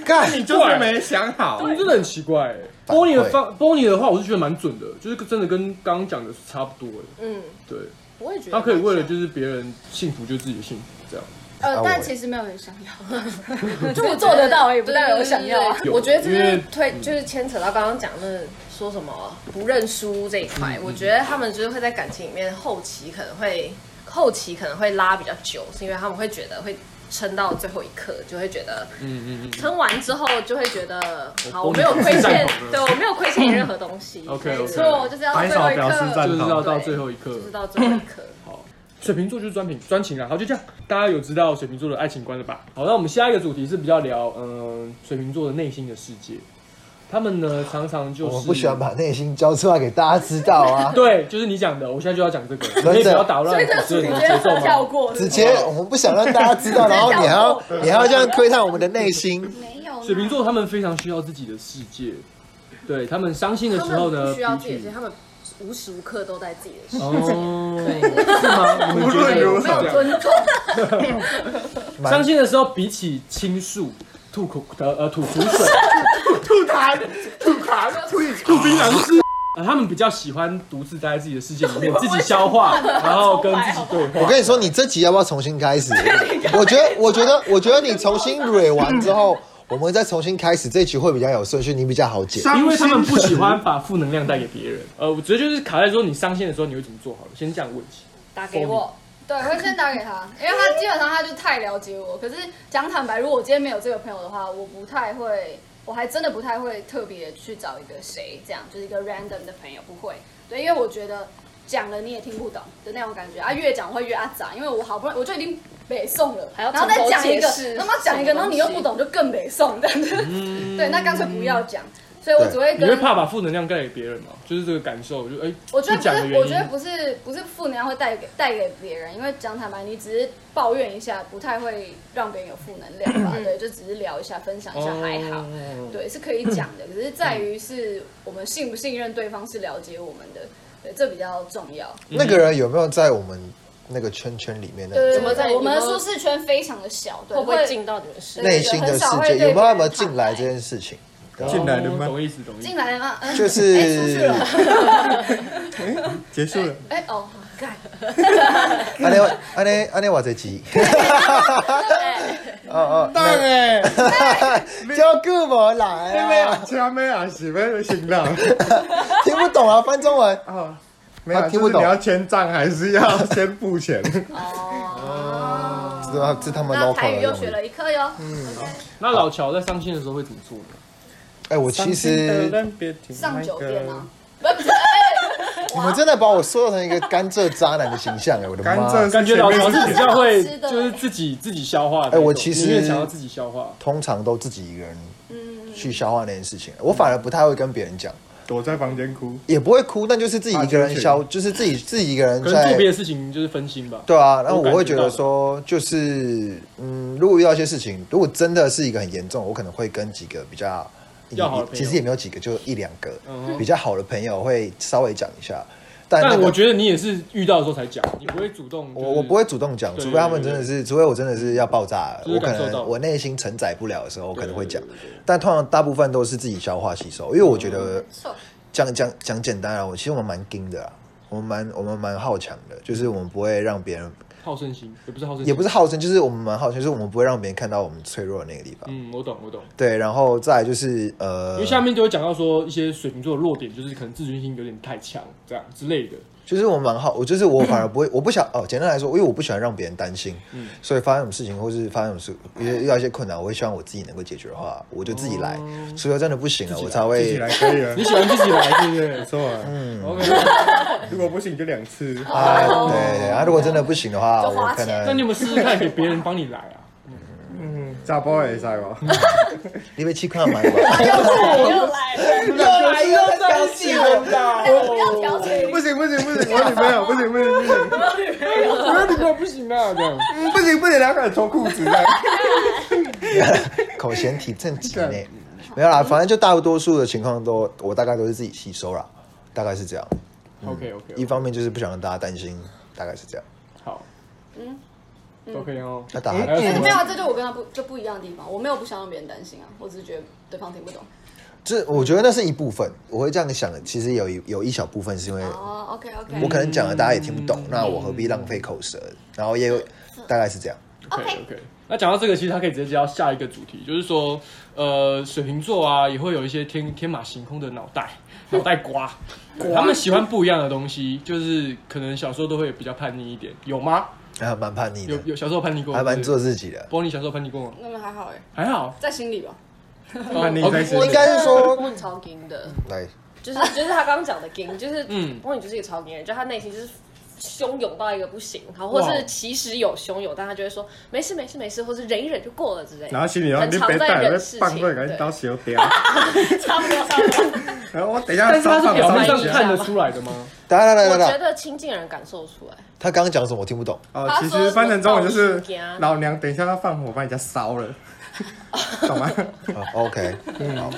E: 干
B: 你就是没想好。
A: 真的很奇怪欸。
E: 反
A: 波尼的
E: 馈
A: 方波尼的话，我是觉得蛮准的，就是真的跟刚刚讲的是差不多的。
C: 嗯，
A: 对，
C: 我也觉得
A: 他可以为了就是别人幸福，就自己的幸福这样。
E: 啊
G: 呃，
E: 我
G: 但其实没有人想 *laughs* 要，就我做得到而已，不代表我想要啊。
C: 对对对对我觉得这
A: 因为
C: 是推，就是牵扯到刚刚讲的说什么不认输这一块，我觉得他们就是会在感情里面后期可能会后期可能会拉比较久，是因为他们会觉得会。撑到最后一刻，就会觉得
A: 嗯嗯嗯。
C: 撑完之后就会觉得，好，
A: 我
C: 我没有亏
A: 赞
C: 欠
A: 同的，。
C: 对我没有亏欠你任何东西
A: OK，
C: 没
A: OK
C: 错，就是要到
B: 白
C: 最后
B: 手
C: 一
B: 表示
C: 刻，
B: 赞
A: 就是
B: 同
A: 要。到最后一刻
C: 就，是到最后一刻。
A: 水瓶座就是专情专情啊，好，就这样。大家有知道水瓶座的爱情观了吧？好，那我们下一个主题是比较聊，嗯，水瓶座的内心的世界。他们呢，常常就是，
E: 我们不喜欢把内心交出来给大家知道啊
A: *laughs* 对，就是你讲的，我现在就要讲这个，你
E: 的
A: 可以不要打乱主持
G: 直
A: 人的节奏
G: 接跳
A: 吗？
G: 过，
E: 直接我们不想让大家知道，然后你还要你还要这样窥探我们的内心。
D: 没有啦。
A: 水瓶座他们非常需要自己的世界，对他们伤心的
C: 他
A: 时
C: 们
A: 候
C: 不
A: 呢，
C: 需要自
A: 彼
C: 己
A: 此
C: 的，他们无时无刻都在自己的世界。
A: 哦，是吗？我们觉得
B: 无论如
A: 有
B: 何
A: 这样
C: 尊重，
E: 蛮
A: 伤心的时候，比起倾诉、吐苦呃呃吐苦水、
B: 吐痰、吐痰、吐
A: 吐槟榔汁，呃，他们比较喜欢独自待在自己的世界里面，自己消化，然后跟自己对话。
E: 我跟你说，你这集要不要重新
D: *laughs*
E: 开始？我觉得，我觉得，我觉得你重新蕊完之后，我们再重新开始，这一集会比较有顺序，你比较好解。
A: 因为他们不喜欢把负能量带给别人。呃，我觉得就是卡在说你伤心的时候你会怎么做好了，先这样问起。
C: 打给我，
D: 对，我会先打给他，因为他基本上他就太了解我。可是讲坦白，如果我今天没有这个朋友的话，我不太会，我还真的不太会特别去找一个谁这样，就是一个 random 的朋友，不会。对，因为我觉得讲了你也听不懂的那种感觉啊，越讲会越阿杂，因为我好不容易我就已经北宋了，
C: 还要
D: 然后再
C: 从头
D: 讲一个
C: 解释，
D: 他妈讲一个，
C: 什么东西
D: 然后你又不懂就更北宋这样子。对，那干脆不要讲。所以我只会
A: 你
D: 跟
A: 会怕把负能量带给别人吗？就是这个感受，就哎，
D: 我觉得
A: 你
D: 不
A: 讲的
D: 是，
A: 原
D: 我觉得
A: 因。
D: 不是不是负能量会带给带给别人，因为讲坦白，你只是抱怨一下，不太会让别人有负能量
E: *clears throat*
D: 吧？对，就只是聊一下，分享一下，还好。
A: 哦
D: 对，是可以讲的，可是在于是我们信不信任对方是了解我们的，对，这比较重要。
E: 那个人有没有在我们那个圈圈里面呢？
D: 对，
C: 怎么在
D: 对我们的
C: 你们
D: 舒适圈非常的小，对，
C: 会不会进到你们世界？
E: 内心的世界有没有有没有进来这件事情？
B: 进来了吗
A: 懂意思，懂意思
D: 进。来了吗？ *laughs* 嗯
E: 就
D: 哎出去
E: 是
D: 了，
B: 结束了。
D: 哎哦，干，
E: 安尼安尼安尼话这集，哦
B: 当哎，
E: 哦， *laughs* 叫顾我来
B: 妹妹啊
E: 啊，，
B: 前妹啊，喜妹的新郎
E: 听不懂啊，翻中文。
D: 哦
B: 啊，没有，
E: 啊听不
B: 就是
E: 懂
B: 你要签账还是要先付 *laughs* 钱？
E: 知道啊这他们
D: 那
E: local
D: 台
E: 的嗯
D: 语又学
E: 用语。
D: 了一课哟。
A: 那老乔在伤心的时候会怎么做呢？
E: 哎，我其实
D: 上酒店啊，
E: 你们真的把我塑造成一个甘蔗渣男的形象哎，我的
B: 甘
E: 妈！
B: 蔗
A: 感觉老乔
B: 是
A: 是
B: 前
A: 比
B: 面
A: 较会
D: 这，是好吃的
A: 就是自己自己消化的那种。
E: 哎我其实
A: 宁愿想要自己消化。
E: 通常都自己一个人去消化那件事情，我反而不太会跟别人讲，
B: 躲在房间哭，
E: 也不会哭，但就是自己一个人消，
A: 嗯
E: 就是自己自己一个人
A: 可能做
E: 在
A: 别。的事情就是分心吧。
E: 对啊，然后
A: 我
E: 我
A: 感
E: 会
A: 觉
E: 觉
A: 到
E: 得
A: 的
E: 说，就是嗯，如果遇到一些事情，如果真的是一个很严重，我可能会跟几个比较，
A: 要好的朋友
E: 其实也没有几个，就一两个、
A: 嗯哼
E: 比较好的朋友会稍微讲一下，但那
A: 但
E: 个
A: 我觉得你也是遇到的时候才讲，你不会主动。
E: 我我不会主动讲，
A: 对
E: 除非他们真的是，除非我真的是要爆炸了，
A: 就是
E: 我可
A: 感受到
E: 能我内心承载不了的时候，我可能会讲
A: 对对对对。嗯
E: 但通常大部分都是自己消化吸收，因为我觉得
D: 错
E: 讲讲讲简单啊，我其实我们蛮硬的啊，我们蛮我们蛮好强的，就是我们不会让别人，
A: 好胜心，也不是好胜心，
E: 也不是好胜，就是我们蛮好强，就是我们不会让别人看到我们脆弱的那个地方。
A: 嗯，我懂，我懂。
E: 对，然后再来就是呃，
A: 因为下面就会讲到说一些水瓶座的弱点，就是可能自尊心有点太强，这样之类的。
E: 就是我蛮好，我就是我反而不会，我不想哦。简单来说，因为我不喜欢让别人担心，所以发生什么事情或是发生什么事，遇遇到一些困难，我会希望我自己能够解决的话，我就自己来。除非真的不行了，我才
B: 哦自己
E: 会
B: 来可 *laughs* 以了
A: 你，喜欢自己来，对不对
B: 不错啊。
A: ？OK。
B: 如果不行就两次，
E: 啊，对对啊。如果真的不行的话，
D: 哦就
E: 我
D: 花
E: 可
D: 钱
A: 那你有没
E: 能
A: 有试试看给别人帮你来啊？ *laughs*
B: 嗯，炸包也塞吧。
E: 你被气看蛮吧。
D: *laughs* 又来了，
B: 又来又挑起
A: 啊
B: 人啦！
D: 不要调情，
B: *laughs* 不行不行不行，我女朋友不行不行不 *laughs* 行，
A: 我要你朋友不行啊，这样。
B: 嗯不行不行，他开始脱裤子了。
E: 口嫌体正直呢，没有啦，反正就大多数的情况都，我大概都是自己吸收啦，大概是这样。
A: OK OK，
E: 一方面就是不想让大家担心，大概是这样。
A: 好。嗯。OK 哦。
E: 那打
A: 还有什
D: 没有
A: 么？
D: 啊，这就我跟他不就不一样的地方。我没有不想让别人担心啊，我只是觉得对方听不懂。
E: 这我觉得那是一部分，我会这样想的。其实有一有一小部分是因为
D: 哦，OK OK，
E: 我可能讲了大家也听不懂，那我何必浪费口舌？然后也有大概是这样。
A: OK OK，那讲到这个，其实它可以直接接到下一个主题，就是说，呃，水瓶座啊，也会有一些天天马行空的脑袋，脑袋 *laughs* 瓜，他们喜欢不一样的东西，就是可能小时候都会比较叛逆一点，有吗？
E: 然后蛮叛逆
A: 有
E: 的，
A: 有小时候叛逆过吗，
E: 还蛮做自己的。
A: 波尼小时候叛逆过吗？哦
D: 那么还好哎，
A: 还好，
D: 在心里吧。
A: 叛
B: 逆在心里
E: 应该是说，
C: 问超金的，
E: 来，
C: 就是就是他刚刚讲的金，就是
A: 嗯
C: 嗯，波你就是一个超金人，就他内心就是。汹涌到一个不行，好，或
A: 哇
C: 是其实有汹涌，但他就会说没事没事没事，或是忍一忍就过了之类的。
B: 然后心里要
C: 很
B: 你
C: 常
B: 别
C: 在
B: 带，
C: 忍
B: 被
C: 事
B: 棒
C: 情，
B: 棍赶紧
C: 对
B: 刀削掉。
C: 差不多差不多。
B: 然哎后我等一下
A: 但是他
B: 烧
A: 是
B: 放
A: 表面
B: 烧
A: 上
B: 一下。
A: 看得出来的吗？
E: 来来来
C: 我
E: 来
C: 觉
E: 来，
C: 得亲近的人感受出来，
E: 他刚刚讲什么我听不懂。
B: 哦，
D: 他
B: 其
D: 说
B: 实翻成中文就是
C: 倒数啊
B: 老娘等一下要放火把你家烧了，懂吗？
E: 好 OK，好，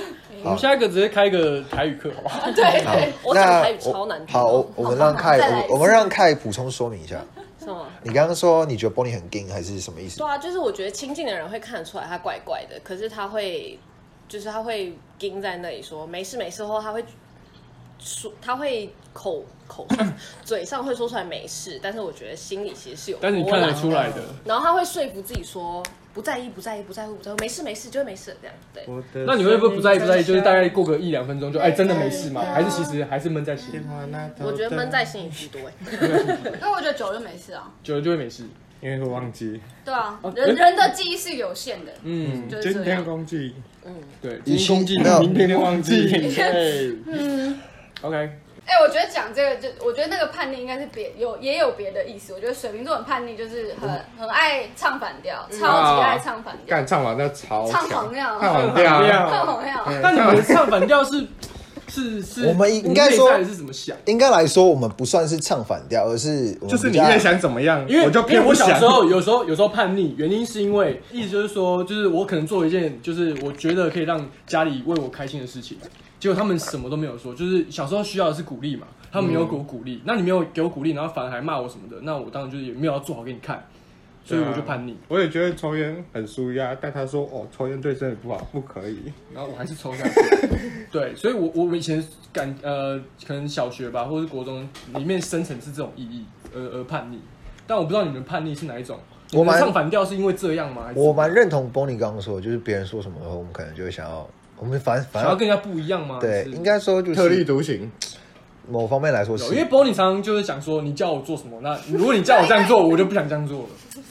A: 我们下一个直接开一个台语课，好不好？
C: 对
E: 好
C: 我讲台语超难听。
E: 好，我我们让
D: 好好好
E: 凯，
D: 再来一
E: 我
D: 次
E: 我们让凯补充说明一下。
C: 什么？
E: 你刚刚说你觉得 Bonnie 很 gay 还是什么意思
C: 对？啊，就是我觉得亲近的人会看得出来他怪怪的，可是他会，就是他会盯在那里说没事没事，或他会说他会口口
A: *laughs*
C: 上嘴上会说出来没事，但是我觉得心里其实是有，
A: 但是你看得出来的。
C: 然后他会说服自己说不在意不在意不在乎不在乎，没事没事就会没事这样对。
B: 我的
A: 那你会不会不在意不在意？就是大概
B: 声
A: 过个一两分钟就哎，真的没事吗？还是其实还是闷在心里
B: 音，，电话那头
C: 我觉得
B: 灯
C: 闷在，心里居多哎，
D: 那我觉得久了就没事啊。
A: 久了就会没事。
B: 因为会忘记。
D: 对啊
A: 哦，
D: 人
A: 诶
D: 人的记忆是有限的，
A: 嗯，
D: 就是
B: 今
D: 这
B: 天
D: 样。
B: 忘记，
A: 对，
E: 以
A: 今天攻击，
E: 心没有
A: 明天忘记。对，嗯，OK，
D: 哎、我觉得讲这个就，我觉得那个叛逆应该是别有也有别的意思。我觉得水瓶座很叛逆，就是很很爱唱反调，超级爱唱反调，哦
B: 干唱完那超
D: 唱
B: 强
D: 黄料
B: 唱黄调啊，
D: 唱好料。
B: 嗯
A: 那你们唱反调是是是，
E: 我们应应该说
A: 内在是怎么想？
E: 应该来说，我们不算是唱反调，而是我们
B: 就是
E: 比
B: 你
E: 较
B: 越想怎么样，
A: 因为
B: 我就
A: 因
B: 偏
A: 为
B: 不
A: 我小
B: 想
A: 时候有时候有时候叛逆，原因是因为意思就是说，就是我可能做一件就是我觉得可以让家里为我开心的事情，结果他们什么都没有说，就是小时候需要的是鼓励嘛，他们没有给我鼓励，
B: 嗯
A: 那你没有给我鼓励，然后反而还骂我什么的，那我当然就是也没有要做好给你看，所以我
B: 啊
A: 就叛逆，
B: 我也觉得抽烟很舒压，但他说哦，抽烟对身体不好，不可以。
A: 然后我还是抽下
B: *laughs*
A: 去。对，所以我我我以前感呃，可能小学吧，或者是国中里面深层是这种意义，而而叛逆，但我不知道你们叛逆是哪一种。你
E: 我
A: 们
E: 蛮
A: 唱反调是因为这样吗？还是
E: 我蛮认同 Bonnie 刚刚说的，就是别人说什么的话，我们可能就会想要，我们反反
A: 想要跟人家不一样吗？还
E: 对，
A: 是
E: 应该说就
B: 特立
E: 是
B: 独行，
E: 某方面来说是
A: 有，因为 Bonnie 常常就是想说，你叫我做什么，那如果你叫我这样做，我就不想这样做了。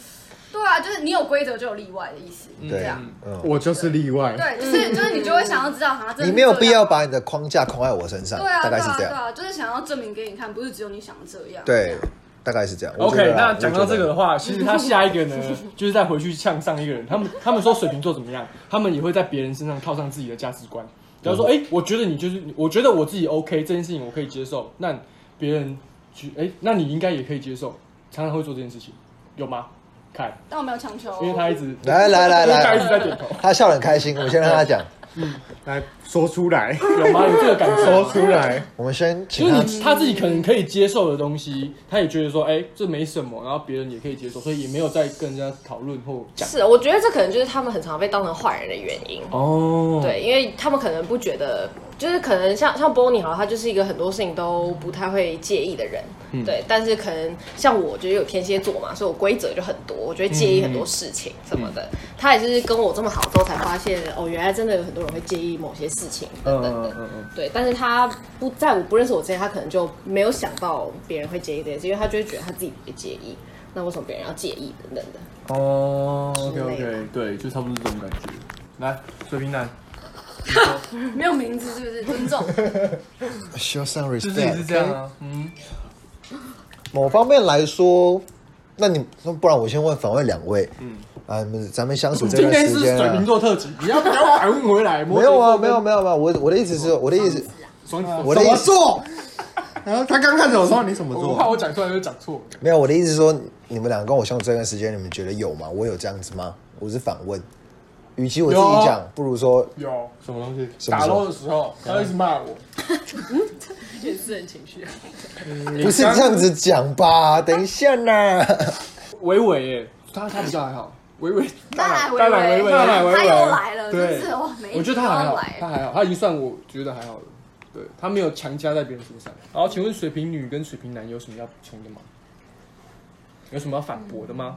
D: 对啊，就是你有规则就有例外的意思，
E: 对
D: 这样。
E: 嗯，
B: 啊我就是例外。
A: 啊
D: 对，就是就是你就会想要知道他真的是
E: 你没有必要
D: 这样
E: 把你的框架框在我身上，
D: 对啊，
E: 大
D: 对
E: 概是
D: 啊，
E: 这
D: 对
E: 样，
D: 啊，就是想要证明给你看，不是只有你想这样。
E: 对，大概是这样。我觉
A: OK，
E: 得啊啦
A: 那讲到这个，
E: 我
A: 的
E: 觉
A: 话，其实他下一个呢， *laughs* 就是再回去呛上一个人。他们他们说水瓶座怎么样，他们也会在别人身上套上自己的价值观。比方说，
E: 嗯
A: 哎、我觉得你就是，我觉得我自己 OK 这件事情我可以接受，那别人去，哎、那你应该也可以接受，常常会做这件事情，有吗？看，
D: 但我没有强求哦，
A: 因为他一直
E: 得来来来
A: 因为他一直
E: 来，
A: 在点头，
E: 他笑得很开心，我们先让他讲，
B: 来说出来，
A: 有吗？有这个感受
B: *laughs* 说
E: *laughs*
A: 吗？
B: 出来，
E: 我们先
A: 就
E: 请
A: 是
E: 他
A: 你他自己可能可以接受的东西，他也觉得说，哎、这没什么，然后别人也可以接受，所以也没有再跟人家讨论或讲。
C: 是，啊我觉得这可能就是他们很常被当成坏人的原因。
A: 哦，
C: 对，因为他们可能不觉得，就是可能像像 Bonnie 好，他就是一个很多事情都不太会介意的人，
A: 嗯
C: 对。但是可能像我，就是有天蝎座嘛，所以我规则就很多，我就会介意很多事情什么
A: 嗯
C: 的。他也是跟我这么好之后才发现，哦，原来真的有很多人会介意某些事情等等的。
A: 嗯嗯嗯
C: 对，但是他不在我不认识我之前，他可能就没有想到别人会介意这件事，因为他就会觉得他自己不会介意，那为什么别人要介意等等的？
A: 哦，OK
C: 之类
A: OK，对，就差不多是这种感觉。来，水瓶男，
D: 没有名字是
E: *laughs*
D: 不是？尊重，
E: show some
A: 就是也是这
E: respect
A: 样。啊。嗯，
E: 某方面来说，那你那不然我先问反问两位，嗯，啊，你们咱们相处这
A: 今
E: 段
A: 天
E: 时
A: 是
E: 间
A: 水瓶
E: 啊，
A: 座特辑，你要不要反问回 *laughs* 来？
E: 没有啊，没有没有没有，我我的意思是，我的意思，
A: 双子座，
E: 我的意思
B: 做？然后他刚开始我说你怎么啊
A: 我怕
B: 做？
A: 我讲出来就讲错。
E: 没有，我的意思是说，你们俩跟我相处这段时间，你们觉得有吗？我有这样子吗？我是反问，与其我自
A: 有
E: 己
A: 啊
E: 讲，不如说
A: 有
B: 什么东西？
E: 什么
A: 打
E: 时
A: 漏
E: 候？
A: 的时候，他一直骂我。
C: *laughs* 也是很情绪。
E: 不是这样子讲吧？等一
A: *laughs*
E: 下呢，
A: 伟伟耶，他他比较还好。伟伟，
D: 大
A: 大奶
D: 奶
A: 伟伟，
D: 微微
A: 大奶伟
D: 他
A: 伟，
D: 又来了，
A: 对
D: 真是哇！每一
A: 我觉得
D: 集都
A: 他还
D: 要
A: 好，
D: 来
A: 他。还好，他已经算我觉得还好了。对他没有强加在别人身上。好，请问水瓶女跟水瓶男有什么要补充的吗？有什么要反驳的吗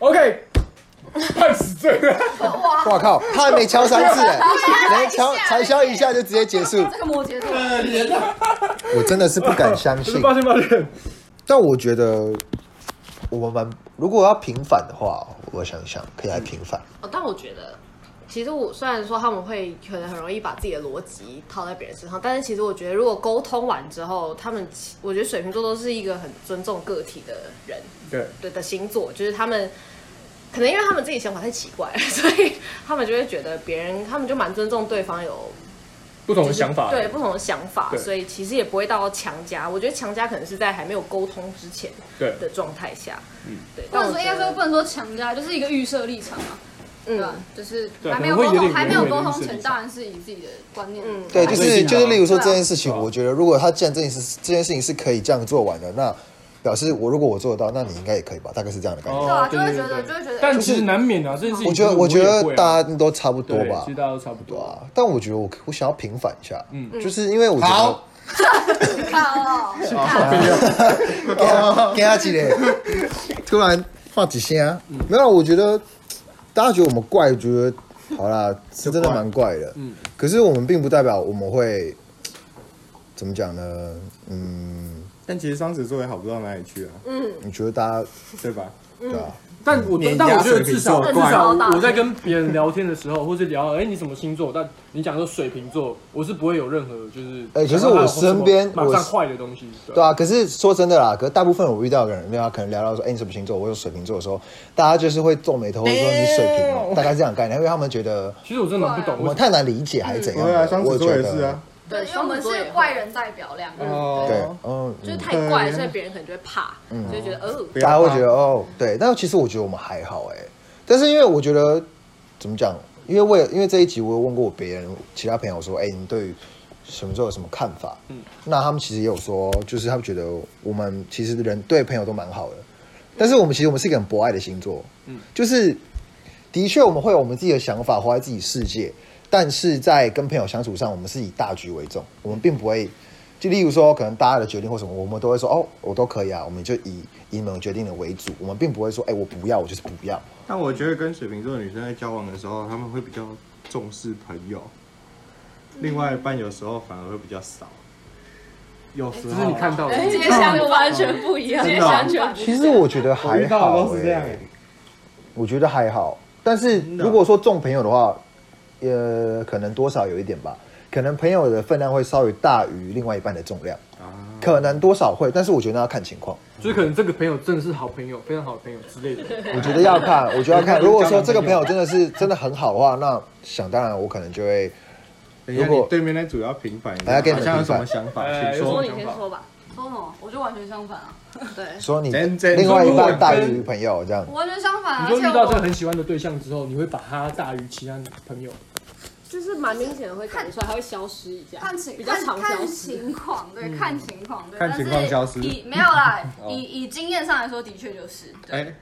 A: ？OK，判死罪了。
E: 我靠，他还没敲三次哎，连敲才敲一下就直接结束，
D: 这个摩羯座，
E: 我真的是不敢相
A: *laughs*
E: 信。
A: 抱歉抱歉。
E: 但我觉得我们蛮，如果要平反的话，我想想可以来平反。
C: 哦，但我觉得，其实我虽然说他们会可能很容易把自己的逻辑套在别人身上，但是其实我觉得，如果沟通完之后，他们其我觉得水瓶座都是一个很尊重个体的人，
A: 对，
C: 对的星座，就是他们可能因为他们自己想法太奇怪了，所以他们就会觉得别人，他们就蛮尊重对方有
A: 不同的想法。
C: 对，不同的想法，
A: 对
C: 所以其实也不会到强加。我觉得强加可能是在还没有沟通之前
A: 对
C: 的状态下，嗯，对，
D: 或
C: 但
D: 者
C: 我
D: 说
C: 觉
D: 应该说
C: 得
D: 不能说强加，就是一个预设立场嘛，对啊吧
C: 嗯。？
D: 就是
A: 对
D: 还没有
A: 可能
D: 沟
A: 会有
D: 通，
A: 点
D: 还没有
A: 远
D: 沟
A: 远的
D: 通
A: 预设
D: 前，
A: 立场
D: 当然是以自己的观念。
C: 嗯
E: 对，
A: 啊
E: 就
A: 这个一
E: 是
A: 定
E: 就
A: 的
E: 是，
A: 啊
E: 例如说
D: 对啊
E: 这件事情，
A: 对啊
E: 我觉得如果他既然这件事这件事情是可以这样做完的，那表示我如果我做得到，那你应该也可以吧？大概是这样的感觉。
D: 对啊，
A: 哦，
D: 就会觉得就会觉得，
A: 但其实难免啊，这件事情
E: 我觉得，
A: 我
E: 我觉
A: 也会
E: 得
A: 啊
E: 大家都差不多
A: 对
E: 吧
A: 其实。大家都差不
E: 对
A: 多。
E: 啊，但我觉得我我想要平反一下，嗯，就是因为我觉得
B: 好
G: *laughs*
D: 好哦，
E: *laughs*
A: 啊
E: 给他几嘞，突然放几下、啊，没有，我觉得大家觉得我们怪，觉得好啦，是真的蛮怪的，嗯，可是我们并不代表我们会怎么讲呢？嗯，
B: 但其实双子座也好不到哪里去啊，
C: 嗯
E: 你觉得大家
B: 对吧？
E: 对啊？
A: 但我
B: 碾压
A: 但我觉得
B: 水瓶
A: 至少
B: 座
A: 至
B: 怪
A: 少我在跟别人聊天的时候，或是聊哎、你什么星座，但你讲说水瓶座，我是不会有任何就是
E: 哎可是
A: 想到
E: 我
A: 有什么
E: 身边
A: 马
E: 我
A: 上
E: 是
A: 坏的东西，对
E: 对
A: 啊，
E: 啊，可是说真的啦，可是大部分我遇到的人，对啊，可能聊到说，哎、你什么星座？我有水瓶座的时候，大家就是会皱眉头，或者说你水瓶哦，大概这样的概念，因为他们觉得
A: 其实我真的蛮不懂
E: 我
A: 为什么。
E: 们太难理解还是怎样
B: 对
E: 的。
B: 啊，双子
E: 我
B: 座
E: 觉
B: 也
E: 得
B: 是啊。。
D: 对，因为我
G: 双子
D: 们
G: 座也
D: 是
G: 会
D: 怪人代表两个人， *laughs*
E: 对
B: 哦，，
E: 嗯，嗯
G: 就是太怪，所以别人可能就会怕，就会觉得哦，
B: 不
E: 大家
B: 要
E: 会
B: 怕
E: 觉得哦，对，但其实我觉得我们还好哎、但是因为我觉得怎么讲，因为为了因为这一集我有问过别人其他朋友说，哎、你对什么座有什么看法？嗯，那他们其实也有说，就是他们觉得我们其实人对朋友都蛮好的，但是我们其实我们是一个很博爱的星座，嗯，就是的确我们会有我们自己的想法，活在自己世界，但是在跟朋友相处上，我们是以大局为重，我们并不会。就例如说，可能大家的决定或什么，我们都会说哦，我都可以啊，我们就以以你们决定的为主，我们并不会说，哎、我不要，我就是不要。
B: 但我觉得跟水瓶座的女生在交往的时候，他们会比较重视朋友，另外一半有时候反而会比较少。有时
A: 哎只
B: 候
A: 是你看到的，
G: 直接想法完全不一样，直接想全不一样。
E: 其实我觉得
B: 我
E: 还
B: 遇到
E: 好、
B: 的都是这样
E: 哎
A: 欸
B: 哎，
E: 我觉得还好。但是
B: 真的
E: 如果说重朋友的话，呃，可能多少有一点吧，可能朋友的分量会稍微大于另外一半的重量，
B: 啊，
E: 可能多少会，但是我觉得那要看
B: *laughs*
E: 情况，
A: 就是可能这个朋友真的是好朋友，非常好的朋友之类的。
E: 我觉得要看，我觉得要
B: *laughs*
E: 看。
B: 有没有
E: 如果说
B: 交男
E: 这个
B: 朋
E: 朋
B: 友
E: 友真的是真的很好的话，那想当然我可能就会。
B: 等一下
E: 如果
B: 你对面那主要平反一下，
E: 来给你
B: 好
E: 们
B: 像有
E: 平
B: 什
E: 反
B: 么想法，
A: 哎
B: 请
A: 有什
G: 说
A: 么
B: 说。
G: 你先说吧，
D: 说什么？我就完全相反啊，
G: 对，
E: 说你
B: 真真
E: 另外一
A: 说如
E: 半
A: 果
E: 大
A: 跟
E: 于朋友这样
D: 我，完全相反
A: 你
D: 啊，而
A: 说遇
D: 且
A: 到这个
D: 我
A: 很喜欢的对象之后，你会把他大于其他朋友，
G: 就是蛮明显的会感觉出来，它会消失一下，
D: 看情
G: 比较
D: 看
G: 常消
D: 看
G: 失。
D: 情况，对，看情况，
B: 嗯
D: 对，
B: 看
D: 但
B: 情况
D: 是
B: 消失哦
D: 以没有
B: *laughs*
D: 啦，以以经验上来说，的确就是，对，
B: 哎，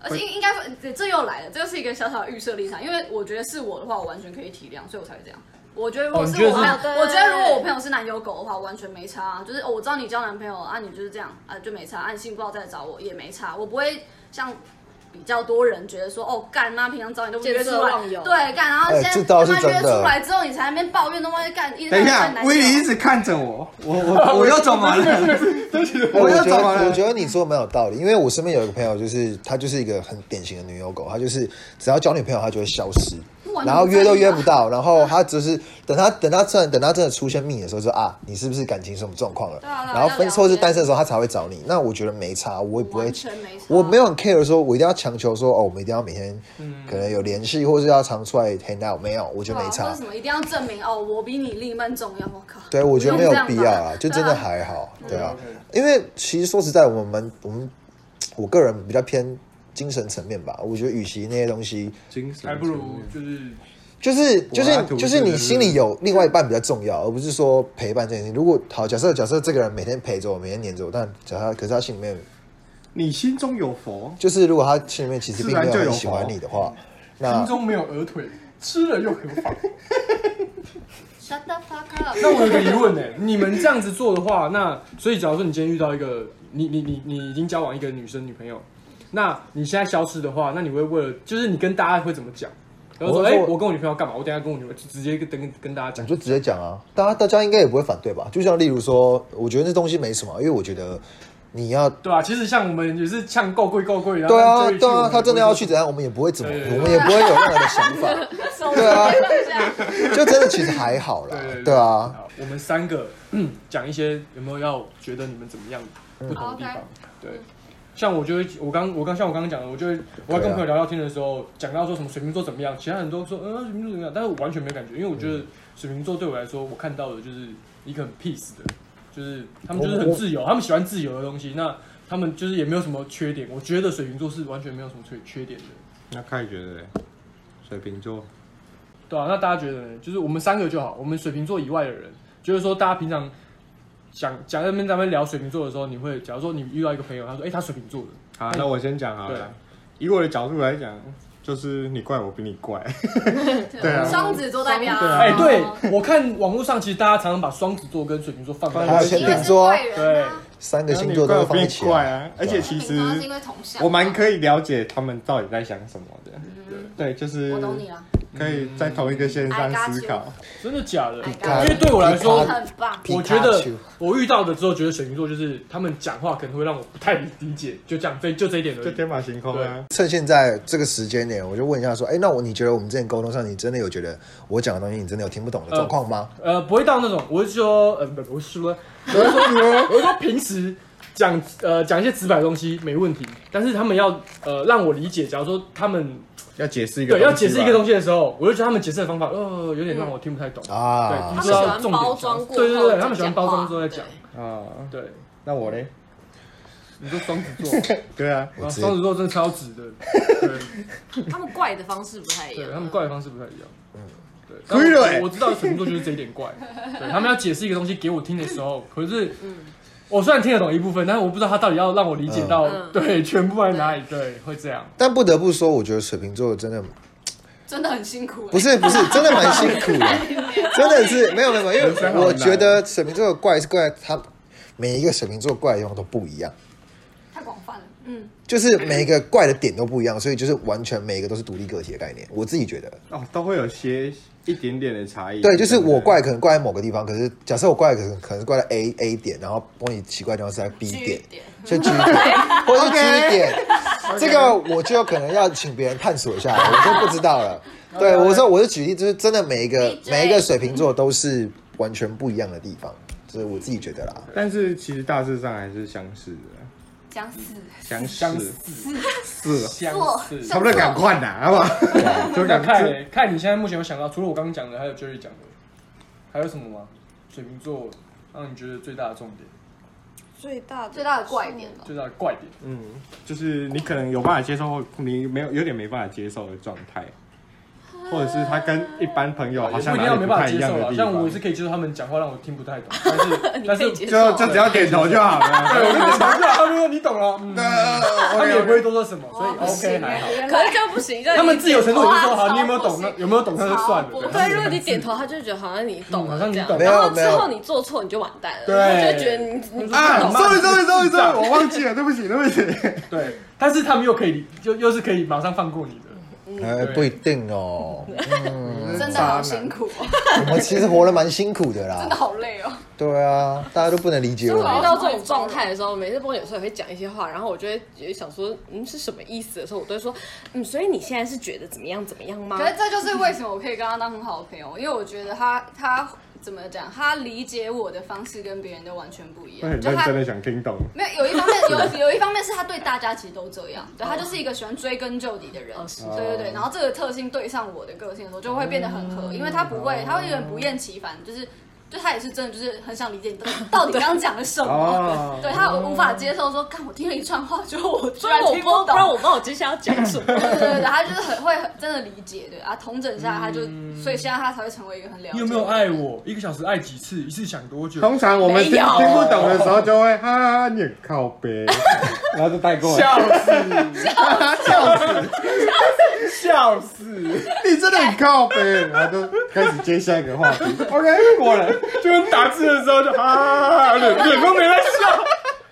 D: 而且应应该说这这又来了，这又是一个小小的预设立场，因为我觉得是我的话，我完全可以体谅，所以我才会这样。我觉得如果
A: 哦
D: 是
A: 你觉得是
D: 我朋友，
G: 对
D: 我觉得如果我朋友是男友狗的话，完全没差、啊，就是、哦、我知道你交男朋友啊，你就是这样啊，就没差，啊，你性不到再来找我也没差，我不会像。比较多人觉得说哦干妈平常找你都不约出
G: 见色
D: 来，
G: 忘友
D: 对干，然后
E: 哎
D: 现在
E: 这倒是
D: 他妈约
E: 真的
D: 出来之后，你才在那边抱怨他妈干，一直
B: 等一
D: 在那边
B: 下
D: 男，友
B: 威利一直看着我，我
A: *laughs*
B: 我我又怎么了？
E: 哎
B: 我
E: 我
B: 又
E: 觉
B: 怎么
E: 得
B: 了
E: 我？觉得你说的蛮有道理，因为我身边有一个朋友，就是他就是一个很典型的女友狗，他就是只要交女朋友，他就会消失
D: 哇，
E: 然后约都约不到，然后他只是等他等他真的等他真的出现命的时候说啊，你是不是感情什么状况了
D: 对啊对？啊
E: 然后分或
D: 要聊
E: 是
D: 天
E: 单身的时候，他才会找你。那我觉得没差，我也不会
D: 完全没差，
E: 我没有很 care 说我一定要强求说哦，我们一定要每天可能有联系，或是要常出来 hang out，没有，我觉
D: 对
E: 得
D: 啊
E: 没
D: 或
E: 差
D: 者什。么一定要证明哦，我比你另一半重要。我靠，
E: 对，我觉得没有必要
D: 啊 *laughs*
E: 啦，，就真的还好，对啊，因为其实说实在，我们我们我个人比较偏精神层面吧，我觉得与其那些东西，
B: 精神
A: 还不如就是
E: 就是就
B: 柏拉
E: 是
B: 图
E: 就是
B: 式
E: 你
B: 的
E: 心里有另外一半比较重要，而不是说陪伴这件事情。如果好，假设假设这个人每天陪着我，每天黏着我，但假设他可是他心里面
B: 你心中有佛，
E: 就是如果他心里面其实
B: 自
E: 并
B: 然
E: 没有
B: 就有
E: 很喜欢
B: 佛
E: 你的话，
A: 心
E: 那
A: 中没有鹅腿，吃了又何妨？
D: Shut the fuck up！
A: 那我有个疑问呢、你们这样子做的话，那所以假如说你今天遇到一个，你你你你已经交往一个女生女朋友，那你现在消失的话，那你会为了就是你跟大家会怎么讲？然后说，
E: 我
A: 哎、
E: 会说
A: 我跟我女朋友干嘛？我等一下跟我女朋友就直接跟跟跟大家讲，
E: 讲就直接讲啊，大家大家应该也不会反对吧？就像例如说，我觉得那东西没什么，因为我觉得你要
A: 对啊，其实像我们也是呛够贵够贵，然后
E: 对啊，
A: Joey 去
E: 对
A: 我
E: 啊，
A: 们
E: 他真的
A: 也不
E: 要
A: 会
E: 去怎样，我们也不会怎么，
A: 对
E: 我们也不会有任何的想法。对啊，就真的其实还好啦
A: 对对，
E: 对啊。
A: 好我们三个嗯讲一些有没有要觉得你们怎么样不同的地方
D: OK？
A: 对，像我就会，我刚我刚像我刚刚讲的，我就会我要跟朋友聊聊天的时候，讲到说什么水瓶座怎么样，其他人都说嗯水瓶座怎么样，但是我完全没感觉，因为我觉得水瓶座对我来说，我看到的就是一个很 peace 的，就是他们就是很自由，他们喜欢自由的东西，那他们就是也没有什么缺点，我觉得水瓶座是完全没有什么缺缺点的。
B: 那看你觉得嘞水瓶座
A: 对啊，那大家觉得呢？就是我们三个就好，我们水瓶座以外的人，就是说大家平常讲讲在那边咱们聊水瓶座的时候，你会假如说你遇到一个朋友，他说哎、他水瓶座的，
B: 好，那我先讲好
A: 对
B: 了。以我的角度来讲，就是你怪我比你怪，对啊，
G: 双子座代表啊，
A: 哎、对我看网络上其实大家常常把双子座跟水瓶座放在
E: 还
A: 一
E: 有
A: 起，
E: 天
D: 因为
E: 秤
D: 是
E: 座啊
D: 贵，人
A: 对
D: 啊，
E: 三个
B: 然后
E: 星
B: 你
E: 座
B: 怪
E: 都
B: 我
E: 会
B: 比
E: 放一
B: 你
E: 起
B: 怪
E: 来。
B: 啊。而且其实
D: 平常是因为同乡，
B: 我蛮可以了解他们到底在想什么的，对，就是
G: 嗯我懂你了，嗯
B: 可以在同一个线上
G: I got
B: 思考。
A: 真的假的？
E: got
A: 因为对我来说
E: Pikachu，
G: 很棒。
E: 皮
A: 我
E: 卡
A: 觉得
E: 丘
A: 我遇到的之后，觉得水瓶座就是他们讲话可能会让我不太理解，就这样，所以就这一点而
B: 就
A: 已。
B: 天马行空啊！
E: 趁现在这个时间点，我就问一下说，哎、那我你觉得我们之前沟通上，你真的有觉得我讲的东西你真的有听不懂的状况吗？
A: 呃，不会到那种，我是说，呃，不，我是说，我是说，哦我是说平时讲呃讲一些直白的东西没问题，但是他们要呃让我理解，假如说他们
B: 要解释一个，
A: 对要解释一个东
B: 西
A: 西的时候，我就觉得他们解释的方法呃有点让我听不太懂。
E: 啊
A: 对，
G: 他
A: 不
G: 们
A: 知
G: 喜
A: 道
G: 欢
A: 重点
G: 包装过后
A: 对对
G: 再
A: 对，
G: 讲
A: 他们喜欢包装
G: 话
A: 之后再讲。
B: 啊。
A: 对，
B: 那我嘞？
A: 你说双子座，
B: 对啊，
A: 啊
E: 我直接
A: 双子座真的超直的，对。
G: 他们怪的方式不太一
A: 对
G: 样，
A: 他们怪的方式不太一样。
B: *laughs*
A: 嗯，
B: 可以
A: 对。
B: 了
A: 但
B: 欸
A: 我我知道水瓶座就是这一点
B: *laughs*
A: 怪，对他们要解释一个东西给我听的时候，可是，我虽然听得懂一部分，但是我不知道他到底要让我理解到、
G: 嗯
A: 对全部在哪里，对，会这样。
E: 但不得不说，我觉得水瓶座真的
D: 真的很辛苦欸
E: 不是不是，真的蛮辛苦的，真的是没有没有，没有因
B: 人生
E: 为
B: 好难
E: 我觉
A: 啊
E: 得水瓶座的怪是怪在他每一个水瓶座怪的地方都不一样，
D: 太广泛了。
E: 就是每一个怪的点都不一样，所以就是完全每一个都是独立个体的概念。我自己觉得，
B: 哦，都会有些一点点的差异。
E: 对，就是我
B: 不
E: 怪可能怪在某个地方，可是假设我怪可能可能是怪在 A A 点，然后帮你奇怪的地方是在 B 点，就 G 点或者是 G 点，这个我就可能要请别人探索一下， *laughs* 我就不知道了。对，我说我是举例，就是真的每一个
G: 闭嘴
E: 每一个水瓶座都是完全不一样的地方，这是我自己觉得啦。
B: 但是其实大致上还是相似的，
D: 讲死，
B: 相
A: 相
B: 似是，
A: 相
D: 做
A: 似。
B: 差不多赶快啦，好不好？ *laughs* 就
A: 那
B: 赶
A: 看
B: 快。
A: 欸看你现在目前有想到，除了我刚刚讲的，还有 Jerry 讲的，还有什么吗？水瓶座让你觉得最大的重点，
G: 最大
D: 最大的怪点吧。
A: 最大的怪点，
B: 嗯，就是你可能有办法接受，或你没有有点没办法接受的状态，或者是他跟一般朋友好
A: 我一
B: 像
A: 定
B: 哪
A: 要
B: 里
A: 没
B: 不
A: 办法
B: 太一
A: 接
B: 样
A: 受
B: 的
A: 了。
B: 地
A: 像我
B: 方，
A: 是可以接受他们讲话让我听不
B: *laughs*
A: 太懂，但是但是
G: 接
B: 就就只要点头就好
A: *laughs*
B: 了。
A: 对，我就讲不了，他就说你懂了，嗯，他们也不会多说什么，所以哦 OK 还好。
G: 可是这样不行，这样
A: 他们自己有程度，我就说
G: 哇
A: 好，你有没有懂那有没有懂那就算了。
G: 超
A: 对
G: 不
C: 对，如果你点头，他就觉得好像你懂
A: 嗯好
C: 了
A: 像你
C: 这样，
A: 懂
E: 没有
C: 然后之后
E: 没
C: 你做错你就完蛋了，
A: 对
C: 他就觉得你你
B: 啊
A: 懂吗
B: ，sorry sorry sorry sorry，我忘记了，对不起对不起。
A: 对，但是他们又可以，又又是可以马上放过你的。
E: 哎，不一定哦，
D: 真的好辛苦哦，
E: 我们其实活得蛮辛苦的
D: 真的
E: 啦。
D: 好累哦。
E: 对啊，大家都不能理解我
C: 我遇
E: 们。
C: 到这种状态的时候，每次波有时候也会讲一些话，然后我就会也想说，嗯，是什么意思的时候，我都会说，嗯，所以你现在是觉得怎么样怎么样吗
D: 可？是这就是为什么我可以跟他当很好的朋友，因为我觉得他他怎么讲，他理解我的方式跟别人都完全不一
B: 我很
D: 样，就
B: 认
D: 他
B: 真的想听懂，
D: 没有，有一方面有有一方面是他对大家其实都这样，对他就是一个喜欢追根究底的人，对对对。然后这个特性对上我的个性的时候，就会变得很合，因为他不会，他会有点不厌其烦，就是就他也是真的就是很想理解你到底到底刚刚讲了什
B: 哦
D: 么，对他无法接受说，看我听了一串话，就我居
G: 不
D: 然
G: 然我
D: 听
G: 不，不然
C: *laughs*
D: 懂。
G: 我不知道我接下来要讲什么。
D: 对对对，他就是很会很真的理解，对啊，同整下来他就，所以现在他才会成为一个很了解。
A: 你有没有？啊爱我？一个小时爱几次？一次想多 *laughs* 久？
B: 通常我们听
G: 没有
B: 听不懂的时候就会哈哈哈，你很靠背，然后就带过来，
A: *laughs* 死，
B: 笑死，
A: *laughs* 笑死！ *laughs*
B: 你真的很靠背，然后就开始接下一个话题。OK，过了，
A: 就跟打字的时候就啊，脸脸都没在笑。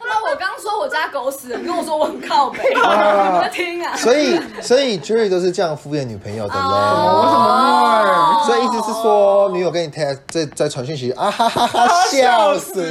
D: 那我刚刚说我家狗死了，你跟我说我很靠北，你 *laughs* 在听啊？
E: 所以，所以 Jerry 都是这样敷衍女朋友的喽。
D: 哦
B: 我怎么
E: 所以意思是说，女友跟你 text 在在传讯息啊哈哈哈笑死，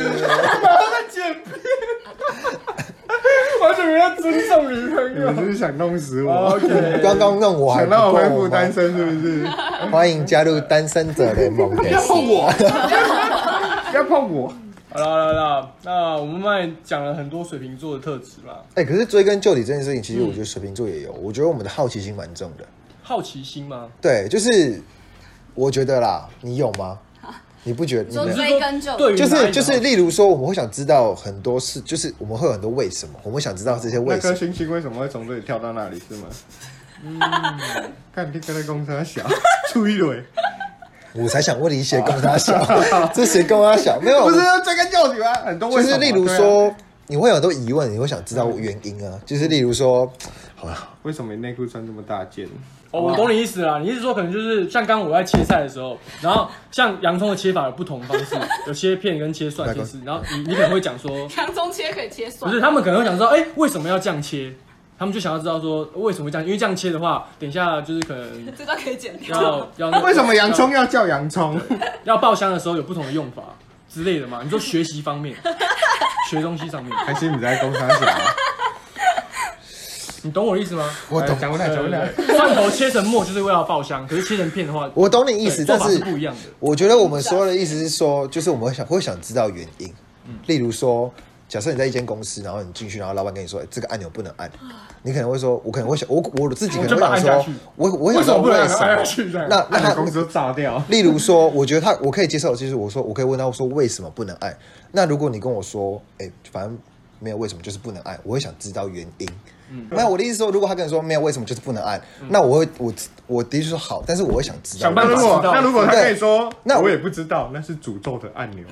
A: 完全没在尊重女朋
B: 会？你
A: 友。
B: 是不是想弄死我？
A: OK，
E: 刚刚弄我
B: *laughs*
E: 还
B: 想
E: 不
B: 让我恢
E: 够
B: 复单
E: 吗？
B: 身是哦哎不啊是？
E: 欢迎加入单身者联盟。
B: 不要碰我，不要碰我。
A: *laughs* 好了好了好了，那我们慢慢讲了很多水瓶座的特质啦，
E: 哎、可是追根究底这件事情，其实我觉得水瓶座也有，我觉得我们的好奇心蛮重的。
A: 好奇心吗？
E: 对，就是我觉得啦，你有吗？你不觉得？你
D: 说
E: 没有
D: 追根究底
A: 对于
E: 就
A: 哪
E: 是
A: 一种
E: 就是，例如说，我们会想知道很多事，就是我们会有很多为什么，我们会想知道这些
B: 那
E: 为什
B: 颗
E: 么。
B: 星星为什么会从这里跳到那里 *laughs* 是吗？嗯，看你跟那公司小，注意了欸。
E: 我才想问你谁跟他小，
B: *laughs*
E: 这谁跟他小？没有，
B: 不是啊要追根究底吗？很多
E: 就
B: 为什
E: 是
B: 么
E: 例如
B: 对啊
E: 说，你会有很多疑问，你会想知道原因啊。就是例如说，
B: 嗯
E: 好了，
B: 为什么你内裤穿这么大件？
A: 哦，我懂你意思啦。你意思说可能就是像刚刚我在切菜的时候，然后像洋葱的切法有不同方式，有切片跟切蒜、切丝。然后你你可能会讲说，
D: 洋葱切可以切
A: 不
D: 蒜
A: 是，，他们可能会想知道，哎、为什么要这样切？他们就想要知道说为什么会这样，因为这样切的话，等一下就是可能
D: 这段可以剪掉。
A: 要要那个
B: 为什么洋葱要叫洋葱？
A: 要爆香的时候有不同的用法之类的嘛？你说学习方面，学东西上面，
B: *laughs* 还是你在工商 *laughs* 小？
A: 你懂我的意思吗？
E: 我懂
B: 哎，讲不来，讲不来。
A: 对蒜头切成末就是为了爆香，可是切成片的话，
E: 我懂你意
A: 对
E: 思，
A: 做
E: 但
A: 法
E: 是
A: 是不一样的。
E: 我觉得我们说的意思是说，就是我们会想会想知道原因。
B: 嗯
E: 例如说，假设你在一间公司，然后你进去，然后老板跟你说、哎这个按钮不能按，
B: 啊
E: 你可能会说，我可能会想，我我自己可
A: 我
E: 能会想
A: 就把它按下
E: 说
A: 去，
E: 我我
B: *laughs* 为
E: 想
B: 什
E: 说
B: 么不能
E: 为
B: 按
E: 什
B: 下去？这
E: 么
B: 样？
E: 那那
B: 那
E: 他
B: 你公司都炸掉。 *laughs*
E: 例如说，我觉得他我可以接受，就是我说我可以问他说为什么不能爱。那如果你跟我说，哎、反正没有为什么，就是不能爱，我会想知道原因。
B: 嗯
E: 那我的意思说，如果他跟你说没有为什么就是不能爱，那我会我我的确说好，但是我会想知道
A: 想办
B: 那
A: 法
B: 如
E: 原因
A: 知
B: 果
A: 道
B: 那如果他
E: 对
B: 跟你说，
E: 那我
B: 我也不知道，那是诅咒的按钮。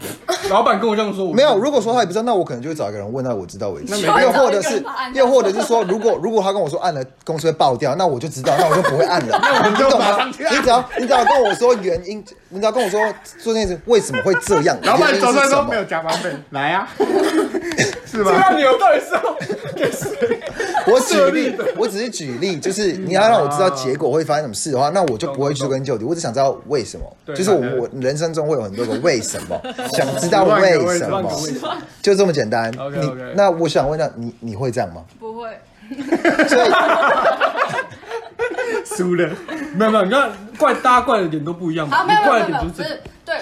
A: 老板跟我这样说，我
E: 没有，如果说他也不知道，那我可能就会找一个人问到我知道为止。又或
D: 找
E: 者
D: 一
E: 是
D: 个人按，
E: 又或者是说，如果如果他跟我说按了，公司会爆掉，那我就知道，那我就不会
B: *laughs*
E: 按了。那
B: 我就
E: 懂
B: 马
E: 吗？
B: 上
E: 你
B: 去按
E: 只要你只要跟我说原因，你只要跟我说做这件事为什么会这样，
B: 老板
E: 原因
B: 走
E: 是
B: 出来
E: 什
B: 说
E: 么
B: 没有加班 *laughs* 费，来啊，是
A: 这
B: 吧？
A: 按钮到底是要给谁？
E: *laughs* 我举例，我只是举例，就是你要让我知道结果会发生什么事的话，那我就不会去追根究底，我只想知道为什么。
A: 对
E: 就是
B: 好
E: 我
B: 的
E: 我人生中会有很多个为什么，想知道
B: 十万个
E: 为什
A: 乱
E: 么
A: 个，位置，
E: 就这么简单。
A: OK，
E: 你
A: OK
E: 那我想问一下，你你会这样吗？
D: 不会，
B: 输了，
A: 没有没有，你看怪大家怪的点都不一样嘛，
D: 好，
A: 你
D: 没有没
A: 怪的
D: 有没
A: 点
D: 有，
A: 就
D: 不
A: 是
D: 是对，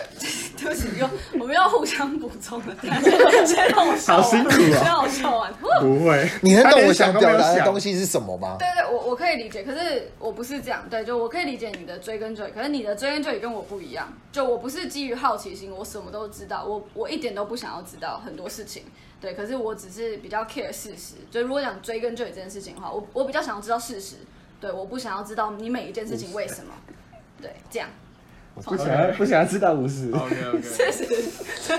D: 对 *laughs* 不起，又我们要互相补充了，先先让我笑完，
B: 好辛苦啊
D: 先让我笑 *laughs* 完。
B: *laughs* 不会。
E: 你能
B: 他
E: 懂
B: 连
E: 我想
B: 都没
E: 表
B: 有
E: 达的
B: 想
E: 东西是什么吗？
D: 对对，我我可以理解，可是我不是这样，对，就我可以理解你的追根究底，可是你的追根究底跟我不一样，就我不是基于好奇心，我什么都知道，我我一点都不想要知道很多事情，对，可是我只是比较 care 事实，就如果讲追根究底这件事情的话，我我比较想要知道事实，对，我不想要知道你每一件事情为什么，对，这样
B: 不想要不想要知道五十，
A: OK OK，
D: 事实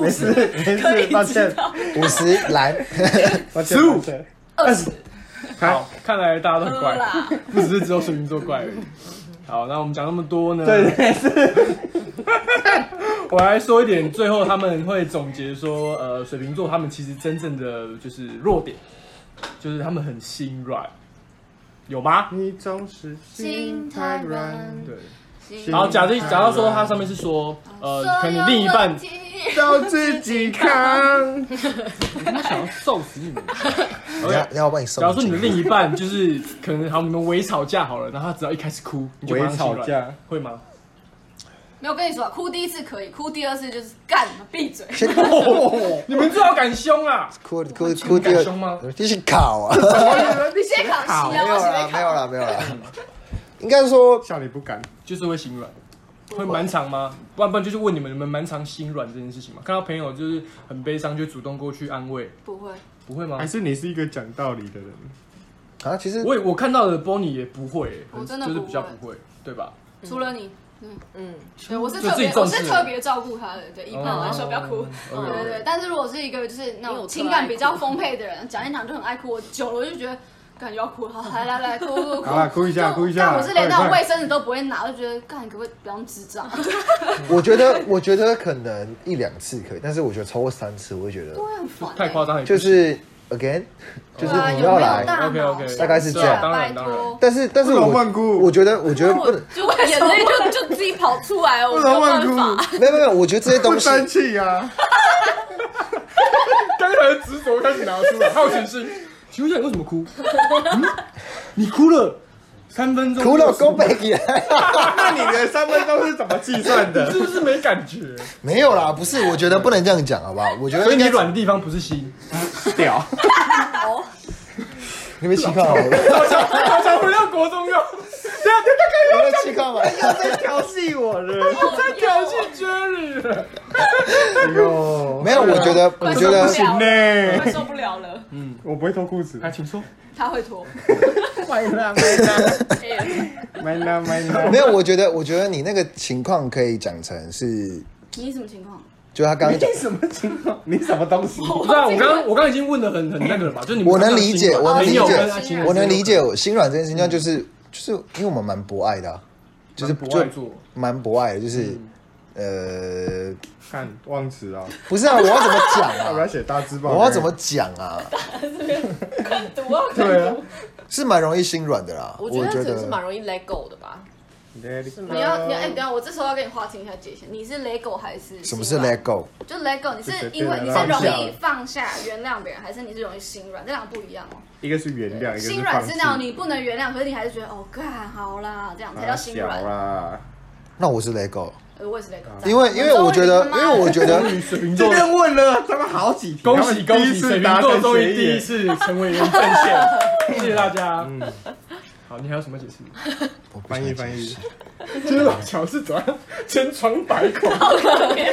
B: 没事 *laughs* 没
D: 可以
B: 事，抱歉
D: 知道，
E: 五十来，
B: 抱歉，
A: 15
B: 抱歉
D: 二十
A: 好，看来大家都很
D: 了
A: 怪，
D: 啦，
A: 不只是只有水瓶座怪而已。好，那我们讲那么多呢，
B: 对对是，
A: *laughs* 我来说一点，最后他们会总结说，呃，水瓶座他们其实真正的就是弱点，就是他们很心软，有吗？
B: 你总是心太软，
A: 对。
D: 心
A: 然后假
B: 嗯
A: 定假到说，它上面是说，呃，可能另一半
B: 都自己扛。
A: 想要揍死你们。
E: 你 *laughs* 要你要我帮你送
A: 假如说
E: 进
A: 你
E: 去
A: 的另一半就是可能好，你们微吵架好了，然后他只要一开始哭，你就马上心软
B: 微吵架
A: 会吗？
D: 没有跟你说啊，哭第一次可以，哭第二次就是干，闭嘴。
A: 你们最好敢凶啊啦！
E: 哭哭哭第
A: 敢
E: 二
A: 凶吗，
E: 继续考啊！
D: 你先考
E: 没
D: 戏啊，
E: 有
D: 我先被，
E: 啦没
D: 考。
E: 有啦，没有啦。 *laughs* 应该说，
B: 笑你不敢，
A: 就是会心软，会蛮长吗？不然不然就是问你们，你们蛮长心软这件事情嘛？看到朋友就是很悲伤，就主动过去安慰，
D: 不会，
A: 不会吗
B: 还？是你是一个讲道理的人？
E: 啊，其实
A: 我也我看到的 Bonnie 也不会、欸，
D: 我真的
A: 就是
D: 不
A: 比较
D: 会
A: 不会，对吧？
D: 除了你，
C: 嗯，
D: 对我是
A: 就
D: 特
A: 自己
D: 别，
A: 重
D: 我
A: 视
D: 是特别照顾他的。对，一般来说不要哭。
A: 哦
D: 对对对，但是如果是一个就是那
C: 因为
D: 种
C: 我
D: 情
C: 特爱
D: 感
C: 哭
D: 比较丰沛的人，讲一讲就很爱哭，我久了我就觉得。感觉要哭，好，来来来，哭哭哭，
B: 好啦哭一下
D: 就
B: 哭一下
D: 但我是连那种
B: 快
D: 卫生纸都不会拿，就觉得干，你可不可以不要那么
A: *laughs*
D: 智障？
E: 我觉得，我觉得可能一两次可以，但是我觉得超过三次，我会觉得
D: 会很烦欸。
A: 太夸张了，
E: 就是 again，就
D: 对
E: 是
D: 啊，
E: 你
D: 有
E: 要
D: 没
E: 来
D: 有，大脑
A: OK，OK
E: 大概是这样
D: 对啊
A: 当然
D: 拜
A: 当然
D: 托，
E: 但是但是
B: 不能
E: 我
B: 换菇
E: 我觉得我觉得不
C: 我
E: 能，
C: 就眼泪就就自己跑出来了，我
B: 不
C: 没
B: 能
C: 有
B: 乱
C: 办
B: 哭
C: 法。，
E: 没有没有，我觉得这些
B: 不
E: 东西
B: 生气啊！
A: 刚才的执着开始拿出来，好奇心。请问一下，你为什么哭？嗯你哭了三分钟，
E: 哭了勾背起来，
B: 那你的三分钟是怎么计算的
A: 是？不是没感觉？
E: 没有啦，不是，我觉得不能这样讲，好不好？我觉得
A: 所以
E: 应
A: 你
E: 该
A: 软的地方不是心，
B: 屌，
E: 你们气靠我，你们
A: 好像好像回到国中了，这样
E: 气靠吗？
B: 在调戏我了。
A: 在挑衅 Jerry 了。
B: 哟，
E: *laughs* 没有，我觉得我觉
D: 快
E: 得
D: 受不了了，
B: 呢，
D: 快受不了了，
B: 我不会脱裤子。
A: 来，请说。
D: 他会脱，
B: 买啦买
C: *laughs*
B: 啦
C: 哎
B: 买啦买啦，
E: 没有，我觉得，我觉得你那个情况可以讲成是，
D: 你什么情况？
E: 就他刚刚讲
B: 你，什么情况？你什么东西？
A: 不知道，我刚刚我刚刚已经问的很很那个了吧？就你们
E: 我能理解，
A: 哦刚
E: 我
A: 刚
E: 能
A: 新闻
E: 理解
A: 没有跟他情人，
E: 我能理
A: 节
E: 解。心软这件事情，那就是就是因为我们蛮博爱的啊，就是
A: 蛮博
E: 就
A: 爱做
E: 蛮博爱的，就是呃，
B: 看忘词啊，
E: 不是啊，我要怎么
B: *laughs*
E: 讲
B: 要嗯不要
E: 啊？
B: 写大字报？
E: 我要怎么讲啊？
B: 对啊
E: 是蛮容易心软的啦，
C: 我
E: 我
C: 觉得
E: 觉
C: 只是蛮
E: 得
C: 容易 let go 的吧。
B: ？Let it
C: 是
B: go
C: 吗
D: 你要你
B: 嗯
D: 要哎，等一下我这时候要跟你划清一下界限，你是 lego 还是
E: 什么是
D: 心软
E: let go？
D: 就 let go，你
B: 就是随便
D: 因为你
B: 啦
D: 是
B: 放下
D: 容易放下原谅别人，还是你是容易心软？这两个不一样哦。
B: 一个是原谅，一个
D: 心
B: 放
D: 软
B: 弃
D: 是那种你不能原谅，可是你还是觉得哦，干好啦，这样才叫心
B: 啊
D: 软
B: 小。啦，
E: 那我是 let go，
D: 呃我也是 let go，
E: 因为因为我觉得，因为我觉得，
B: *laughs*
A: 水瓶
B: 今
A: 座，
B: 天问了他们好几题，
A: 恭
B: 他
A: 喜
B: 们
A: 恭
B: 第
A: 喜，
B: 一次
A: 水瓶
B: 达
A: 座
B: 成
A: 终于
B: 协议
A: 第一次成为缘分线，谢谢大家。
E: 嗯
A: 好，你还有什么解释？
E: 我不想
B: 翻译
E: 解
B: 翻译
E: 释，
A: 就是老乔是怎
E: *laughs*
A: 样千疮百孔，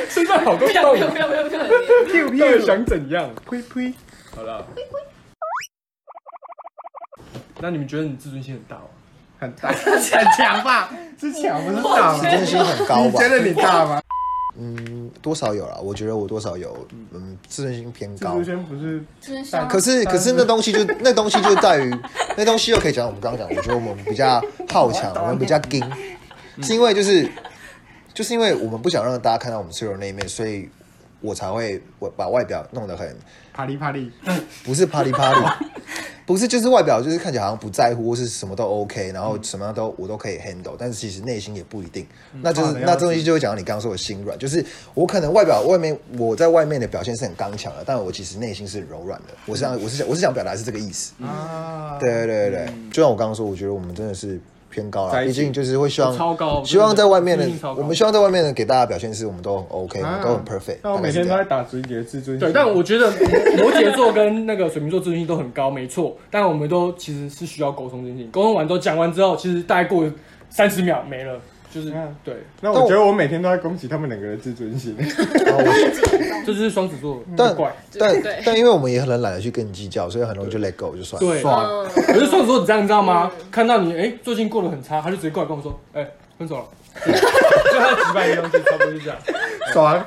A: 身上好多洞，
C: 没有没有没有没有，
A: 到底想怎样？
B: 呸呸，
A: 好了，那你们觉得你自尊心很大吗？
B: 很大，很强吧？是强不是大吗？
E: 真心很高
B: 你
E: 吧
B: 觉？得你大吗？
E: 嗯，多少有啦，我觉得我多少有，嗯，自尊心偏
B: 自
E: 高
B: 主。权不是
D: 真香。
E: 可是可是那东西就那东西就在于，那东西又可以讲我们刚刚讲，我觉得我们比较好强，我们比较硬，是因为就是就是因为我们不想让大家看到我们脆弱那一面，所以我才会我把外表弄得很
B: 啪哩啪哩，
E: 不是啪里啪里，不是就是外表就是看起来好像不在乎或是什么都 OK，然后什么样都我都可以 handle，但是其实内心也不一定。那就是
B: 好的
E: 那这东西就会讲到你刚刚说的心软，就是我可能外表外面我在外面的表现是很刚强的，但我其实内心是很柔软的。我是想我是想我是想表达是这个意思。
B: 啊，
E: 对对对对，就像我刚刚说，我觉得我们真的是。偏高
B: 在
E: 了，
B: 一
E: 毕
B: 起
E: 竟就是会希望
A: 超高
E: 希望在外面的
A: 自信超高
E: 我们希望在外面的给大家表现是我们都很 OK，、我
B: 啊
E: 们都很 perfect。
B: 但我每天
E: 大概是这
B: 都
E: 样
B: 在打足你的自尊心。
A: 对，但我觉得摩羯座跟那个水瓶座自尊心都很高，没错。但我们都其实是需要沟通这件事情，沟通完之后讲完之后，其实大概过三十秒没了，就是、
B: 嗯
A: 对，
B: 那我觉得我每天都在攻击他们两个的自
A: *laughs*
B: 尊心。
A: 这就是双子座
E: 但
A: 怪。
E: 但
C: 对
E: 但因为我们也很懒得去跟你计较，所以很容易就 let go 就算了。
A: 对，可是双子座你这样，你知道吗？看到你哎、最近过得很差，他就直接过来跟我说，哎、分手了，就他的直白的东西差不多是这样。
B: 爽。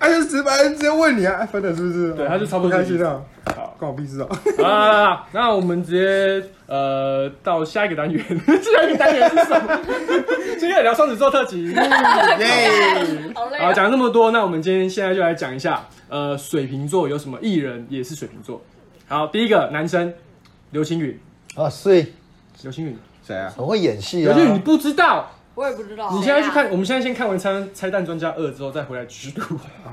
B: 他就直白直接问你啊，哎分了是不是？
A: 嗯对他就差不多
B: 开
A: 这个意
B: 心
A: 思
B: 了，
A: 好
B: 关我屁事啊！
A: 好啦好啦，好啦那我们直接呃到下一个单元， *laughs* 下一个单元是什么？ *laughs* 今天聊双子座特辑。
B: 耶！
C: 好累
A: 好，
C: 啊。
A: 讲了那么多，那我们今天现在就来讲一下，呃，水瓶座有什么艺人也是水瓶座。好，第一个男生刘青云，
E: 啊，所以
A: 刘青云，
B: *laughs* 谁啊？
E: 很会演戏
A: 刘
E: 啊
A: 青。云你不知道，
D: 我也不知道。
A: 你现在去看，我们现在先看完《拆拆弹专家二》之后再回来剧
E: *laughs*
A: 毒。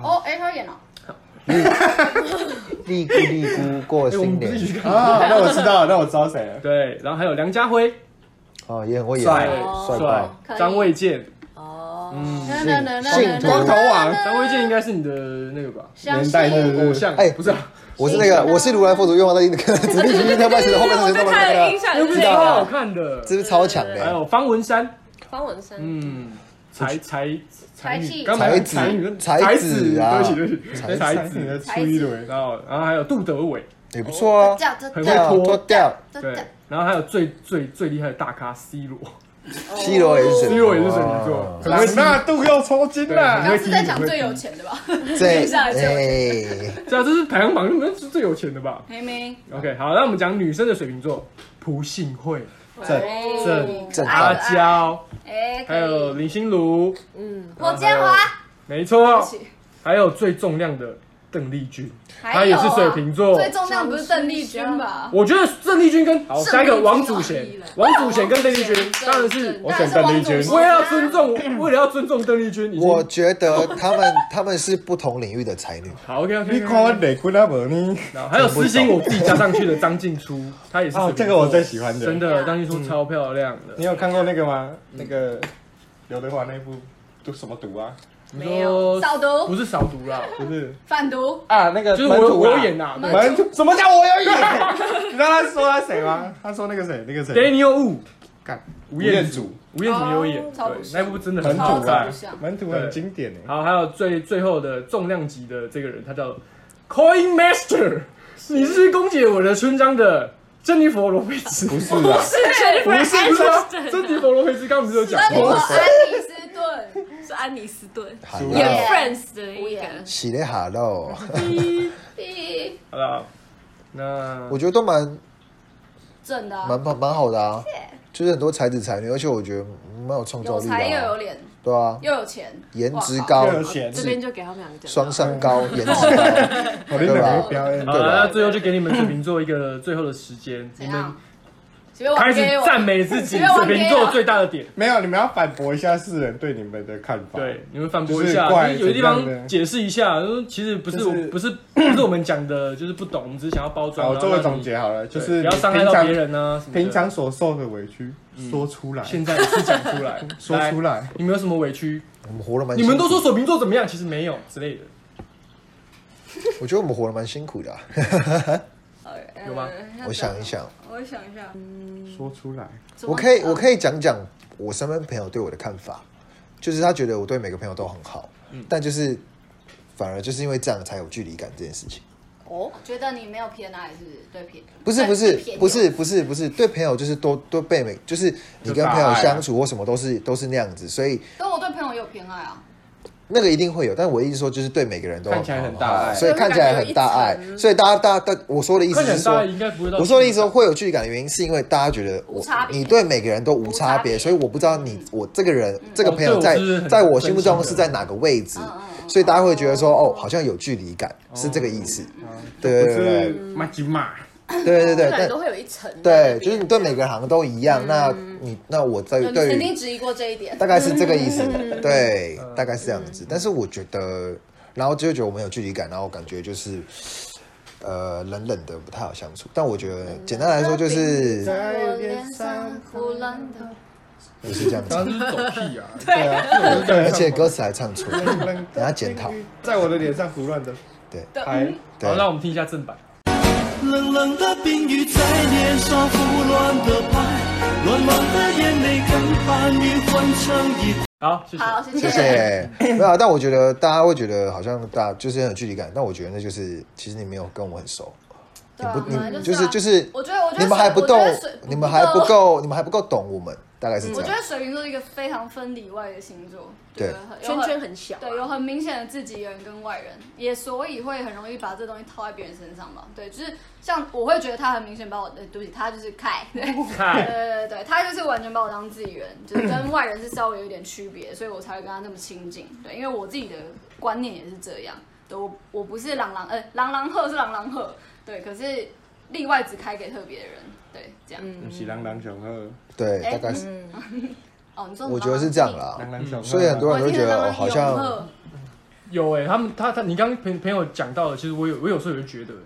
D: 哦，哎，他演了，
E: 嘀咕嘀
A: *laughs*
E: 咕过
A: 哎我们
E: 新
A: 不是一起
E: 年
A: 去看？
B: 啊，那我知道，那我知道谁了。
A: 对，然后还有梁家辉、
E: 哦，也很会演，
A: 帅
E: 帅
A: 帅
E: 爆。
D: 可以
A: 张卫健，啊
E: 信
B: 光头
E: 徒，
B: 王，
A: 张卫健应该是你的那个吧
D: 相
B: 年代
D: 信
B: 是
A: 偶像？
E: 哎
A: 不是啊，
E: 我是那个，我是如来佛祖愿望的一个指定行星，半神的后半神，上半
C: 他的印
E: 神，
C: 象
A: 又不
C: 是
A: 是
C: 这
A: 超好
C: 个，
A: 看的。
E: 这是超强的
A: 还
E: 欸。
A: 有方文山，
C: 方文山，
A: 嗯，才才才
D: 才
A: 女，
D: 气
A: 刚才
E: 才子
A: 才女
E: 才
A: 才
E: 子
A: 对
E: 啊
A: 不起对不起，才
B: 你的
A: 子。
B: 初一轮，
A: 然后然后还有杜德伟，
E: 也不错啊。
D: 叫这
A: 很会
E: 掉
A: 拖
E: 脱掉
A: 对，然后还有最最最厉害的大咖 C 罗
C: 哦
E: ，C 罗也是啊水瓶
A: ，C
E: 座
A: 罗也是水瓶座，很
B: 朗
A: 会
B: 纳度又抽筋了。
D: 刚是在讲最有钱的吧？ *laughs*
C: *laughs*
E: 这
D: 下来
E: 哎，
A: 对啊，这是排行榜里面是最有钱的吧
D: 黑妹，
A: ？OK，好，那我们讲女生的水瓶座，朴信惠、
B: 这
C: 哎
A: 郑
E: 正
A: 阿
D: 啊
E: 大
A: 娇，
D: 哎，
A: 还有林心如，
C: 嗯，
D: 火箭华，
A: 没错
D: 对不起，
A: 还有最重量的邓丽君，她
D: 还
A: 也
D: 有啊
A: 是水瓶座。
D: 最重量不是邓丽君吧？
A: 我觉得邓丽君跟好下一个
D: 郑丽君
A: 王祖贤
D: 好了，
A: 王祖贤跟邓丽君当然是
B: 我选邓丽君，
A: 为了要尊重，为了要尊重邓丽君，已经
E: 我觉得他们他们是不同领域的才女。
A: 好 OK OK，
B: 你看我内裤那无呢？
A: 然后还有私心我自己加上去的张静初，她也是水
B: 哦
A: 瓶，座
B: 这个我最喜欢的。
A: 真，的张静
D: 嗯
A: 初超漂亮
B: 你
A: 的。
B: 有看过那个吗？那个刘德华那部读什么读啊？
A: 你
C: 没有
A: 说
D: 扫毒、
A: 不是少读
D: *laughs*
A: 啦，
B: 不是
D: 贩毒，
B: 啊，那个
A: 就是
B: 门
A: 我
B: 徒啊
A: 我有演呐
B: 门徒什么叫我有演？你知道他说他谁 *laughs* 吗？他说那个谁，那个谁，
A: ，Daniel Wu
B: 干
A: 吴
B: 彦
A: 彦
B: 祖
A: 祖，吴彦祖也有演，
D: 哦超
A: 对
D: 不，像
A: 那部真的
B: 门
A: 很
B: 徒
A: 好
D: 超
A: 看
B: 啊
D: 不。像
B: 门徒很经典欸诶。
A: 好，还有最最后的重量级的这个人，他叫 Coin Master，你是攻解我的春章的珍妮佛罗培兹
B: 不是啊啦，
A: 不
D: *laughs* 哎
A: 是不是啊，珍妮佛罗培兹刚刚不是有讲
D: 那你
A: 过
D: 说
A: 吗？
D: 安妮斯顿，
G: 是安妮斯顿
E: 好
G: 演
E: 了，
D: Yeah
G: Friends 的一
C: Oh
G: 个
D: 演
E: 洗嘞哈喽，
D: 咦
A: 好啦，那
E: 我觉得都蛮
D: 正的啊，
E: 蛮蛮蛮好的啊，就是很多才子才女，而且我觉得蛮有创造
D: 有
E: 力
D: 才又有
E: 的、啊，
D: 脸，
E: 对啊，
D: 又有钱，
E: 颜值
D: 哇靠
E: 高，
B: 又有钱
G: 这边就给他们两个讲。
E: 双上
D: *laughs*
E: 高，颜值高，
B: 我连两个表演
A: 好
E: 对
A: 了，
E: 吧
A: 那最后就给你们水瓶座一个最后的时间，你
D: 怎
A: 们
D: 样？随便玩
A: 开始
D: gay 玩
A: 赞美自己
D: 随便玩
A: 水瓶
D: gay
A: 座
D: 啊
A: 最大的
B: *laughs*
A: 点。
B: 没有，你们要反驳一下世人对你们的看法。
A: 对，你们反驳一下，
B: 就是怪
A: 有些地方
B: 怎样的
A: 解释一下，就是其实不是
B: 就是
A: 我，不是 *clears throat* 不是我们讲的，就是不懂，我们只是想要包装。
B: 好，
A: 然后
B: 做个
A: 让你
B: 总，结好了，就
A: 对
B: 是
A: 不要伤害
B: 平
A: 到
B: 常
A: 别人啊。什么的
B: 平常所受的委屈说出来，
A: 现在也是讲出来，
B: *laughs* 说出
A: 来，
B: 来。
A: 你们有什么委屈？
E: 我们活得蛮，
A: 你们都说，水瓶座怎么样，其实没有之类的，
E: 我觉得我们活得蛮辛苦的啊、
A: 有吗？
E: 我想一想，
D: 我想一下，
A: 嗯
B: 说出来，
E: 我可以，我可以讲讲我身边朋友对我的看法，就是他觉得我对每个朋友都很好，但就是反而就是因为这样才有距离感这件事情。
C: 哦，
D: 觉得你没有偏爱，是不是？对偏
E: 不是不是
D: 对偏
E: 不是不是不是，对朋友就是多多被每就是你跟朋友相处或什么都是都是那样子，所以
D: 但我对朋友也有偏爱啊，
E: 那个一定会有。但我的意思说就是对每个人都
B: 看起来很大爱
E: 所以看起来很大爱。所以大家大家大我说的意思
A: 看起
E: 是
A: 来大家
E: 说，
A: 应该不会到。
E: 我说的意思说，会有距离感的原因是因为大家觉得我
D: 无差别
E: 你对每个人都无差
D: 无差别
E: 别，所以我不知道你我这个
B: 嗯
E: 人这个朋友
A: 哦
E: 在
A: 这我是很
E: 在我心目中
A: 真
E: 是
A: 心的
E: 在哪个位置
D: 嗯，
E: 所以大家会觉得说哦好像有距离感是这个意思。对
B: 哦嗯不
E: 对对
B: 是骂鸡骂，
E: 对对对，
C: 本来
E: 但
C: 都会有一层在那边。
E: 对，就是你对每个人好像都一样，那你那我在
D: 就你
E: 对
D: 曾
E: 于
D: 经质疑过这一点，
E: 大概是这个意思，
D: 嗯
E: 对，大概是这样子。但是我觉得，然后就会觉得我们有距离感，然后感觉就是呃冷冷的，不太好相处。但我觉得简单来说就是
D: 我脸上胡乱的，
E: 也是这样
A: 刚
E: 子，
A: 刚就是狗屁啊！
B: 对啊，
E: 而且歌词还唱错，
B: 等
E: 等下检讨。
B: 在我的脸上胡乱的
E: 对
B: 拍，
E: 对
A: 好，，那我们听一下正版。
H: 冷冷的冰雨在脸上胡乱的拍，暖暖的眼泪跟寒雨混成一
A: 好，谢谢。
D: 好，谢
E: 谢谢。没有啊，但我觉得大家会觉得好像大就是很有距离感，但我觉得那就是其实你没有跟我很熟，你
D: 对啊
E: 不
D: 本来
E: 你
D: 就
E: 就是
D: 啊
E: 是就是，
D: 我觉得我觉得
E: 你们还
D: 水
E: 不
D: 我
E: 够
D: 觉得水，
E: 你们还
D: 不
E: 不
D: 够
E: 够，你们还不够懂我们，大概是这
D: 我觉
E: 样
D: 得。水瓶座是一个非常分里外的星座，
E: 对
D: 就是很
G: 圈圈很小啊
D: 对，有很明显的自己人跟外人，也所以会很容易把这东西套在别人身上吧。对，就是像我会觉得他很明显把我，呃对不起，他就是凯，对
A: 凯
D: 对对对对，他就是完全把我当自己人，就是跟外人是稍微有一点区别，所以我才会跟他那么亲近。对，因为我自己的观念也是这样，对我我不是朗朗，呃，朗朗赫是朗朗赫，对，可是例外只开给特别的人，对，这样。
B: 不是朗朗雄二，
E: 对，
D: 哎
E: 大概是，
C: 嗯
D: 哦，你说
E: 我觉得是这样啦。
B: 朗朗雄二，
E: 所以很多
D: 我
E: 人都
D: 听
E: 觉
D: 得
E: 得
D: 到
E: 哦
D: 那
E: 好
D: 个永
E: 像
D: 赫
A: 有哎、他们他他，你刚刚朋朋友讲到的，其实我有我有时候也会觉得、欸，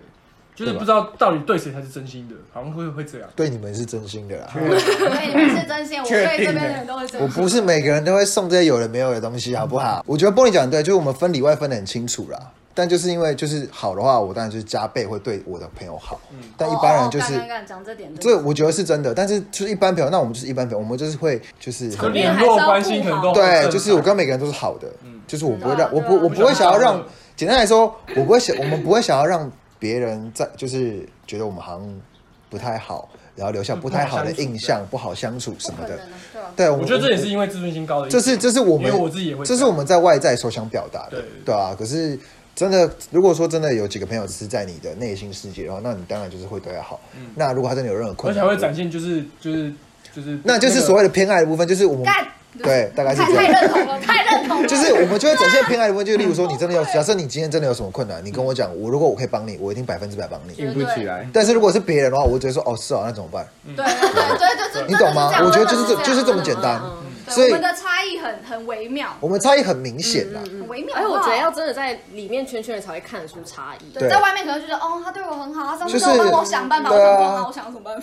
A: 就是
E: 对吧
A: 不知道到底对谁才是真心的，好像会会这样。
E: 对你们是真心的啦。
D: 对，你们是真心，我对
B: 确定
D: 这边的人都会真
E: 我
D: 心。
E: 不是每个人都会送这些有的没有的东西，好不好？我觉得波尼讲得对，就是我们分里外分得很清楚啦。但就是因为就是好的话，我当然就是加倍会对我的朋友好。但一般人就是
D: 哦哦哦干干干讲这点，对
E: 这我觉得是真的，但是就是一般朋友，那我们就是一般朋友，我们就是会就是
A: 就
E: 很
A: 联络关系可能都很
E: 对，
A: 正
E: 就是我
A: 常
E: 跟每个人都是好的，就是我不会让
D: 嗯
E: 我不
D: 对啊
E: 我不会想要
A: 不想
E: 让
A: 要，
E: 简单来说，我不会想我们不会想要让别人在就是觉得我们好像不太好，然后留下不太好的印象，不好相处什么
D: 可
E: 的
D: 能。啊对吧？
E: 对，我
A: 我觉得这也是因为自尊心高的一点，
E: 这是这是我
A: 因
E: 们
A: 为我自己也会这
E: 这是
A: 样
E: 我们在外在所想表达的
A: 对对，
E: 对啊。可是真的，如果说真的有几个朋友是在你的内心世界的话，那你当然就是会对他好。那如果他真的有任何
A: 嗯而
E: 困
A: 且
E: 难，
A: 还会展现就是就是就是，
E: 那就是所谓的偏爱的部分，就是我们
D: 干
E: 对大概是
D: 太
E: 这
D: 太
E: 样。
D: 认同了，太认同了。
E: 就是我们就会展现偏爱的部分，就例如说，你真的
D: 嗯
E: 有，假设你今天真的有什么困难，你跟我讲，我如果我可以帮你，我一定百分之百帮你。
A: 嗯
B: 硬不起来，
E: 但是如果是别人的话，我只会说，哦，是啊，那怎么办？
D: 对对对 *laughs* 对对对，
E: 你懂吗？我觉得就是这，就是这么简单。
C: 嗯
D: 对
E: 所以
D: 我们的差异很很微妙，
E: 我们差异很明显啊啦。
D: 很微妙。
C: 而且哎我
D: 好
C: 觉
D: 不好
C: 得要真的在里面圈圈的才会看得出差异。
E: 对
D: 在外面可能觉得哦，他对我很好，他上次
E: 就是
D: 都帮我想办法，我
E: 对啊
D: 想说那我想有什么办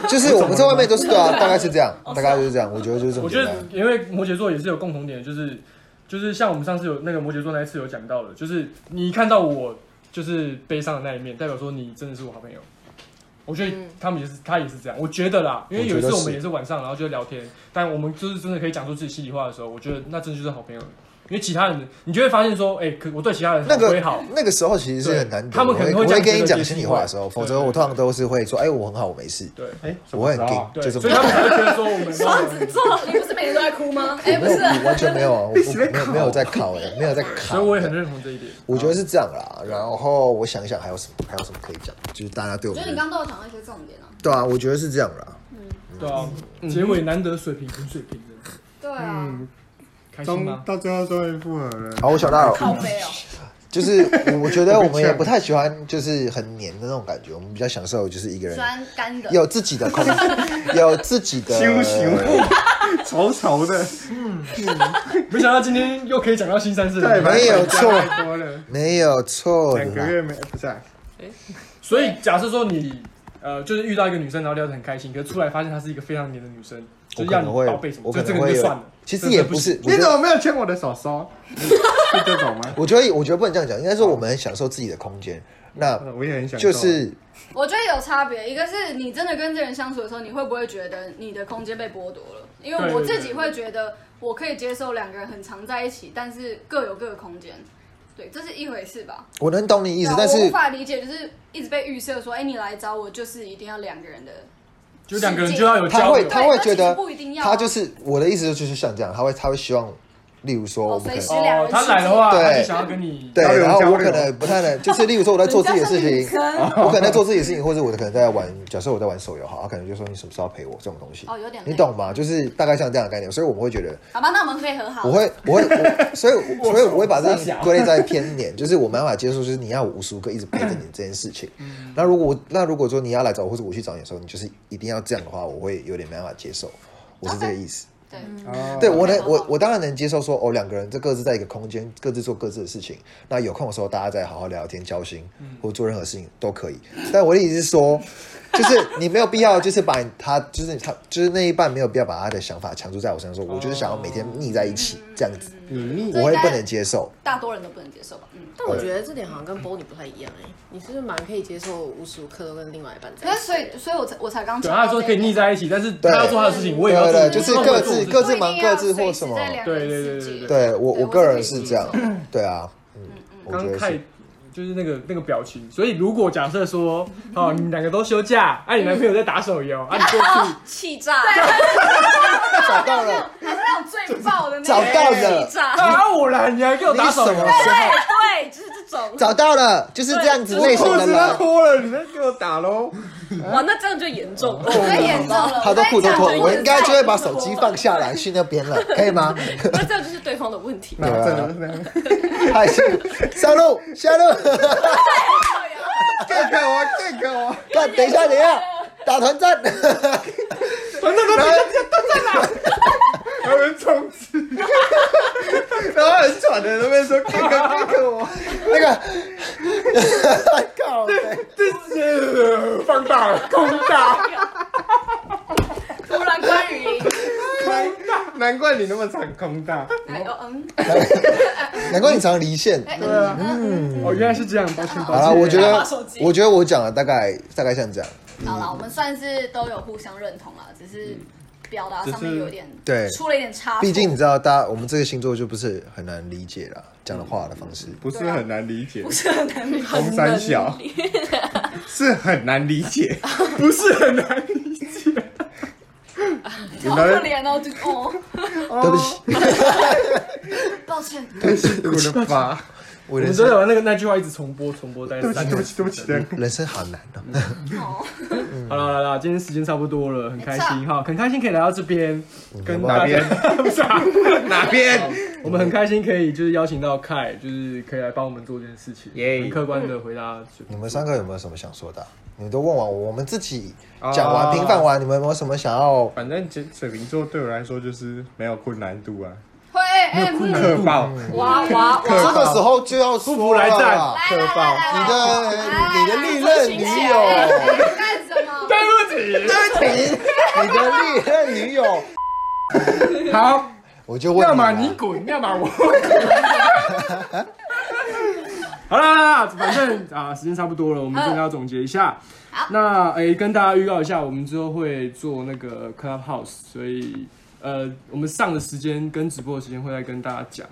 D: 法？ *laughs*
E: 就是我们在外面都是对啊，大概是这样，大概就是这样。我觉得就是这么
A: 我
E: 简
A: 觉
E: 单
A: 得。因为摩羯座也是有共同点，就是就是像我们上次有那个摩羯座那一次有讲到的，就是你看到我就是悲伤的那一面，代表说你真的是我好朋友。我觉得
C: 嗯
A: 他们也是，他也是这样。我觉得啦，因为有一次
E: 我觉得
A: 我
E: 是
A: 们也是晚上，然后就聊天，但我们就是真的可以讲出自己心里话的时候，我觉得那真的就是好朋友。因为其他人你就会发现说，哎、可我对其他人
E: 那
A: 不会
E: 个
A: 好，
E: 那个时候其实是很难得的，
A: 对他们可能
E: 我
A: 会
E: 我
A: 这
E: 会
A: 样
E: 跟你
A: 觉
E: 讲
A: 得
E: 心
A: 接
E: 里
A: 近
E: 话
A: 我
E: 的时候，
A: 对
E: 否则我通常都是会说，哎，我很好，我没事，
A: 对
B: 哎，什么
E: 我会
B: 时
E: 很
B: 候
E: gay，
B: 啊
E: *laughs* 就
A: 对，
E: 这
A: 所以
E: 么
A: 他们才会觉得说我们双
C: 子座，你不是每天都在哭吗？哎、不
E: 没有
C: 是啊，
E: 完全没有啊，
A: *laughs*
E: 我
B: 直在
E: 没有没有在考哎，没有在考，
A: 所以我也很认同这一点。
E: 我觉得是这样啦。然后我想一想还有什么还有什么可以讲，就是大家对我
D: 我觉
E: 们
D: 得你刚刚都有讲到一些重点啊。
E: 对啊，我觉得是这样啦。
A: 对啊，
E: 嗯
A: 结尾难得水平很水平的，
D: 对啊，
A: 嗯，开心
B: 终
A: 吗？
B: 到最后终于复合了。
E: 好，我想到了，
D: 没有，
E: 就是我
A: *laughs*
E: 我觉得我们也不太喜欢就是很黏的那种感觉，我们比较享受就是一个人
D: 喜欢干的。
E: 有自己的
C: *laughs*
E: 空间，有自己的
B: 羞羞，稠稠的，
A: 没想到今天又可以讲到新三色，
B: 对，
E: 没有错
B: 太多了，
E: 没有错
B: 两个
E: 啦。
B: 月没不是啊，
A: 所以假设说你呃，就是遇到一个女生，然后聊得很开心，可是出来发现她是一个非常黏的女生，就
E: 我
A: 是
E: 可
A: 要你
E: 能会
A: 报备什，么，
E: 我
A: 就
E: 可
A: 这
E: 能
A: 个
E: 会
A: 就
E: 有
A: 算了。
E: 其
A: 这
E: 实
A: 个
E: 也
A: 就
E: 不是，我
B: 你
E: 觉
B: 怎
E: 得
B: 么没有牵我的手手？是这种吗？
E: 我觉得我觉得不能这样讲，应该说我们很享受自己的空间。那
B: 呃我也很想
E: 就
B: 做，
E: 是
D: 我觉得有差别，一个是你真的跟这人相处的时候，你会不会觉得你的空间被剥夺了？因为我自己会觉得我可以接受两个人很常在一起，但是各有各的空间，对，这是一回事吧？
E: 我能懂你意思，但
D: 我无
E: 是
D: 法理解，就是一直被预设说，哎、你来找我就是一定要两个人的，
A: 就两个人就要有
E: 他
A: 交
E: 会
A: 流，
E: 他会觉
D: 但
E: 得
D: 其实不一定要啊
E: 他就是我的意思就是像这样，他会他会希望，例如说我
D: 哦，
E: 们可
D: 随
E: 能
D: 时两个人
A: 他来的话，他就想要跟你
E: 对
B: 交，流
E: 然后
B: 交
E: 我
B: 流
E: 可能不太能，就是例如说我在做自己的
D: *laughs*
E: 事情，我可能在做自己的事情，或者我可能在玩，假设我在玩手游，好，他可能就说你什么时候要陪我这种东西，
D: 哦有点累
E: 你懂吗？就是大概像这样的概念，所以我们会觉得，
D: 好吧？那我们可以和好。
E: 我会我会， *laughs* 我所以所以我会把这个归类在偏年，就是我没办法接受，就是你要我无时无刻一直陪着你这件事情。 *clears throat* 那如果我那如果说你要来找我，或者我去找你的时候，你就是一定要这样的话，我会有点没办法接受，我是这个意思。
D: 对，
B: 哦
E: 对我能，我我当然能接受说哦，两个人这各自在一个空间，各自做各自的事情。那有空的时候，大家再好好聊天、交心，或做任何事情都可以。但我的意思是说，就是你没有必要，就是把他，就是他，就是那一半没有必要把他的想法强注在我身上说，我就是想要每天腻在一起这样子，
B: 你腻
E: 我会不能接受。
D: 大多人都不能接受吧？嗯。
C: 但我觉得这点好像跟 Bonnie 不太一样哎、你是不是蛮可以接受无时无刻都跟另外一半在
D: 可
C: 一
D: 是
C: 起？
D: 所以，所以我才我才刚
A: 对，
D: 讲到
A: 他说可以
D: 这一
A: 腻
D: 点
A: 在一起，但是他要做他的事情，我也要
E: 对
A: 做我
E: 对
A: 的事情
E: 就是各自各
D: 不
E: 自
D: 一定
E: 忙
D: 要
E: 各自或
D: 随时
E: 什么
D: 在两个
A: 对
D: 人
A: 对
D: 世
A: 对
D: 界
E: 对我我
D: 我
E: 个
D: 是可
E: 人
D: 以
E: 是
D: 接
E: 这样
D: 受的，
E: 对啊，嗯，我觉
A: 刚
E: 得
A: 太
E: 是。
A: 就是那个那个表情，所以如果假设说，哦，你们两个都休假，啊，你男朋友在打手游，啊，你过
E: *laughs*
A: 去，
C: 气炸！
E: 找到了，
D: 还是那种最爆的那
E: 找
D: 种。
E: 到了
C: 气，炸！
A: 打我啦，你还给我
E: 你
A: 打手
E: 什么
A: 游，
E: 时候
C: 对，就是这种。
E: 找到了？就是这样子类型
B: 裤
E: 的
B: 子
E: 人
B: 都。脱了，你再给我打喽！
C: 哇，那这样就严重了。
D: 太严重了，
E: 他都
D: 我
E: 裤
D: 跟你
E: 都
D: 讲
E: 脱
D: 就
E: 了，
D: 是
E: 我应该就会把手机放下来去那边了，可
C: *laughs*
E: 以吗？
C: 那这样就是对方的问题。
B: 那
E: 对啊
B: 真的是那样，
E: 太辛苦，下路下路，
B: 看看我，看看我，
E: 看等一下等一下，打团战，
B: 还有人冲刺，然后很喘的在那边说看看看看我，
E: 那个，靠北，
A: 这放大 *laughs* 了，空大，
D: 突然关于
B: 难怪你那么常空大，
D: 哎呦嗯，
E: 难怪你常离线。
D: 哎嗯
A: 哦，原来是这样，抱歉抱
E: 好
A: 歉。
E: 了，我觉
C: 划
E: 得
C: 手机
E: 我觉得我讲的大概大概像这样，
D: 好了，我们算是都有互相认同了，只是表达上面有点
E: 对
D: 出了一点差错。
E: 毕竟你知道，大家我们这个星座就不是很难理解啦，讲的话的方式。
B: 不是很难理解，
C: 这很难理解
B: 红三小是很难理解，
A: 不是很难理解。
D: 好可怜哦，就哦，
E: 对不起，
D: 抱歉，
B: 太辛苦了吧？
E: 我
A: 我
E: 人
A: 们都
E: 生
A: 有那个那句话一直重播重播，大概
B: *laughs* 对不
A: 三
B: 起，
A: 个
B: 对不起，对不起，对不起
E: 人生好难哦。
D: 哦，
A: 好了好了，今天时间差不多了，很开
D: 没
A: 心哈，很开心可以来到这边，跟
E: 哪
A: 大家
B: 边
A: 不是啊，
B: 哪边？
A: *laughs* 我们很开心可以就是邀请到凯，就是可以来帮我们做这件事情，
B: 耶
A: 很客观的回答水
E: 你
A: 瓶。
E: 们三个有没有什么想说的啊？你们都问完我，我们自己
B: 哦
E: 讲
A: 啊
E: 完、平反完，你们有没有什么想要？
B: 反正水水瓶座对我来说就是没有困难度啊，
D: 会哎，嗯
B: 克爆，
D: 哇哇
E: 这
D: 哇，
E: 个时候就要说
A: 服来
E: 了
A: 战
E: 啦
D: 来来来来来
E: 你的你的历任女
D: 哎
E: 友，
D: 哎干什么？
A: 对不起，
E: 你的历任女友， *laughs*
A: 好，
E: 我就问啊
A: 要
E: 嘛
A: 么
C: *laughs*
A: 你滚，要么我滚。 *laughs* 好啦，反正啊，时间差不多了，我们真的要总结一下。那诶、跟大家预告一下，我们之后会做那个 Clubhouse，所以呃，我们上的时间跟直播的时间会再跟大家讲。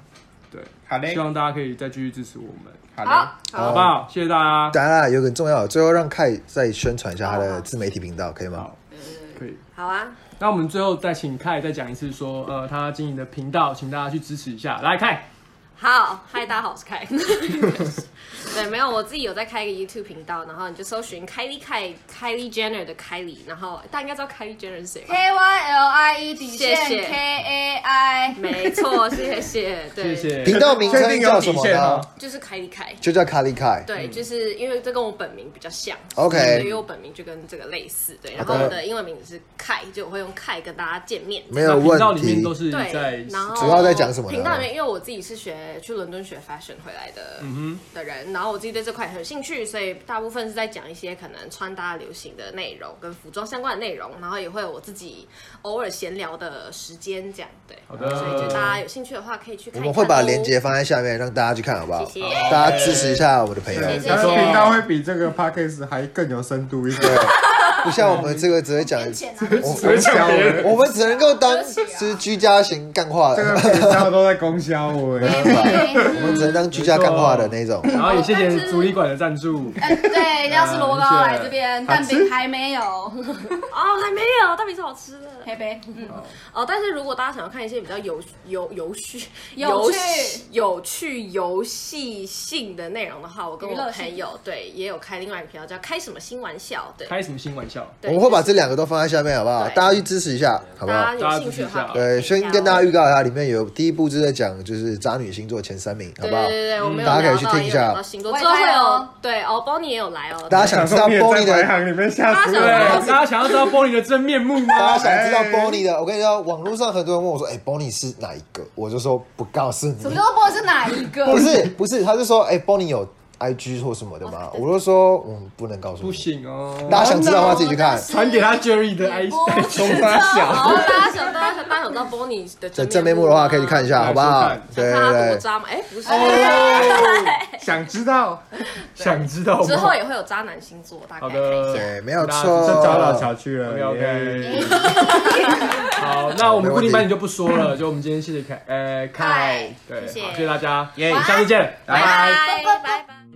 A: 对，
I: 好嘞
A: 希，望大家可以再继续支持我们，
I: 好嘞
D: 好，
A: 好不好？谢谢大家，
E: 当然啊有个很重要的，最后让凯再宣传一下他的自媒体频道，可以吗？
A: 可以。
C: 好啊，
A: 那我们最后再请凯再讲一次说，呃，他经营的频道，请大家去支持一下。来，凯，
C: 好，嗨，大家好，我是凯。 *laughs* 对，没有，我自己有在开一个 YouTube 频道，然后你就搜寻凯莉凯凯莉 Jenner 的凯莉，然后大家应该知道凯莉 Jenner 是谁吧？
D: K Y L I E 底线
C: 谢谢
D: K A I，
C: 没错，谢谢，对，
A: 谢谢。
E: 频道名称叫什么
I: 确定有底线
E: 呢
I: 哦？
C: 就是凯莉凯。
E: 就叫卡里凯。
C: 对，就是因为这跟我本名比较像
E: 嗯 OK
C: 所以对因为我本名就跟这个类似，对。然后
E: 好的
C: 我的英文名字是凯，就我会用凯跟大家见面。
E: 没
A: 那
E: 有
A: 频
E: 问
A: 道里面
E: 题。
A: 都是在
C: 对，然后
E: 主要在讲什么呢
C: 频道里面，因为我自己是学去伦敦学 fashion 回来的、
A: 嗯
C: 的人，然后我自己对这块很有兴趣，所以大部分是在讲一些可能穿搭流行的内容跟服装相关的内容，然后也会有我自己偶尔闲聊的时间这样，对。
A: 好的
C: 所以就大家有兴趣的话，可以去
E: 我
C: 看一看
E: 们会把
C: 哦
E: 链接放在下面，让大家去看，好不好？
C: 谢谢
E: 大家支持一下我的朋友，
B: 对，他的频道会比这个 podcast 还更有深度一 *laughs* 点。
E: 不像我们这个只会讲，
D: 跟钱啊，
B: 我想
E: *laughs* 我们只能够当
D: 对不起啊
E: 是居家型干话
B: 这
E: 的
B: 个，频道都在供销我，
D: 嗯
E: 我们只能当居家干话的那种。
A: 然后也谢谢竹旅馆的赞助，
D: 哎对，要是罗高来这边，
B: 嗯好
D: 蛋
B: 吃
D: 饼还没有， *laughs*
C: 哦，还没有，到底是好吃的。
D: 黑杯，嗯
C: 哦，但是如果大家想要看一些比较有有有趣、
D: *laughs* 有趣
C: 戏有趣游戏性的内容的话，我跟
D: 娱
C: 我
D: 乐性
C: 朋友对也有开另外一个频道叫“开什么新玩笑”，对，
A: 开什么新玩笑？
E: 我
C: 对
E: 们会把这两个都放在下面，好不好？
C: 对
E: 大家去支持一下，好不好
C: 大家？有兴趣的
A: 大
C: 话
A: 家，
E: 对，先跟大家
C: 家
E: 预告一下，里面有第一部就是在讲就是渣女星座前三名，好
C: 对
E: 不好
C: 对？对对，我
A: 嗯
C: 们有
E: 大家可以
C: 聊
E: 去
C: 到
E: 听一
C: 也有
E: 下
C: 聊到星座，
D: 外
C: 之后
D: 拍
C: 会有
D: 哦
C: 对哦，Bonnie 也有来哦，
E: 大家想知道
B: 排
E: Bonnie 的，
B: 行里面吓死我
C: 对
A: 对，
B: 了
A: 大。家想要知道 Bonnie 的真面目吗？
E: 大家想知
B: 哎
E: 道 Bonnie 的，我跟你说，网络上很多人问我说，哎，Bonnie 是哪一个？我就说不告诉你
D: 什么。叫做是哪一个？
E: 不是不是，他是说，哎，Bonnie 有 IG 或什么的
C: 哦
E: 吗？我就说，嗯，不能告诉
A: 不
E: 你。
A: 行哦，
E: 大家想知道的话自己去看。
A: 传给他 Jerry 的
C: 哎
A: I
I: 冲他
A: *laughs*
I: 小，
C: 好，哦大家想大家想大家想知道 Bonnie 的
E: 在
C: 真
E: 真面目的话，可以去看一下，
A: 对
E: 好不好
A: 去看？
E: 对
C: 看他多
E: 对对，
C: 渣吗？哎，不是，
D: 哦
B: 想知道，
A: 想知道
C: 之后
A: 吗？
C: 也会有渣男星座，大
A: 好
C: 概
A: 的，
E: 对没有
A: 大家
E: 错
B: 这找老乔去了
A: OK
B: 耶
A: OK，好，那我们固定版你就不说了，就我们今天谢谢凯，呃，凯，对，
C: 谢谢
A: 好谢谢大家，
I: 耶
A: 下次见，
I: 拜拜。
C: 拜拜拜。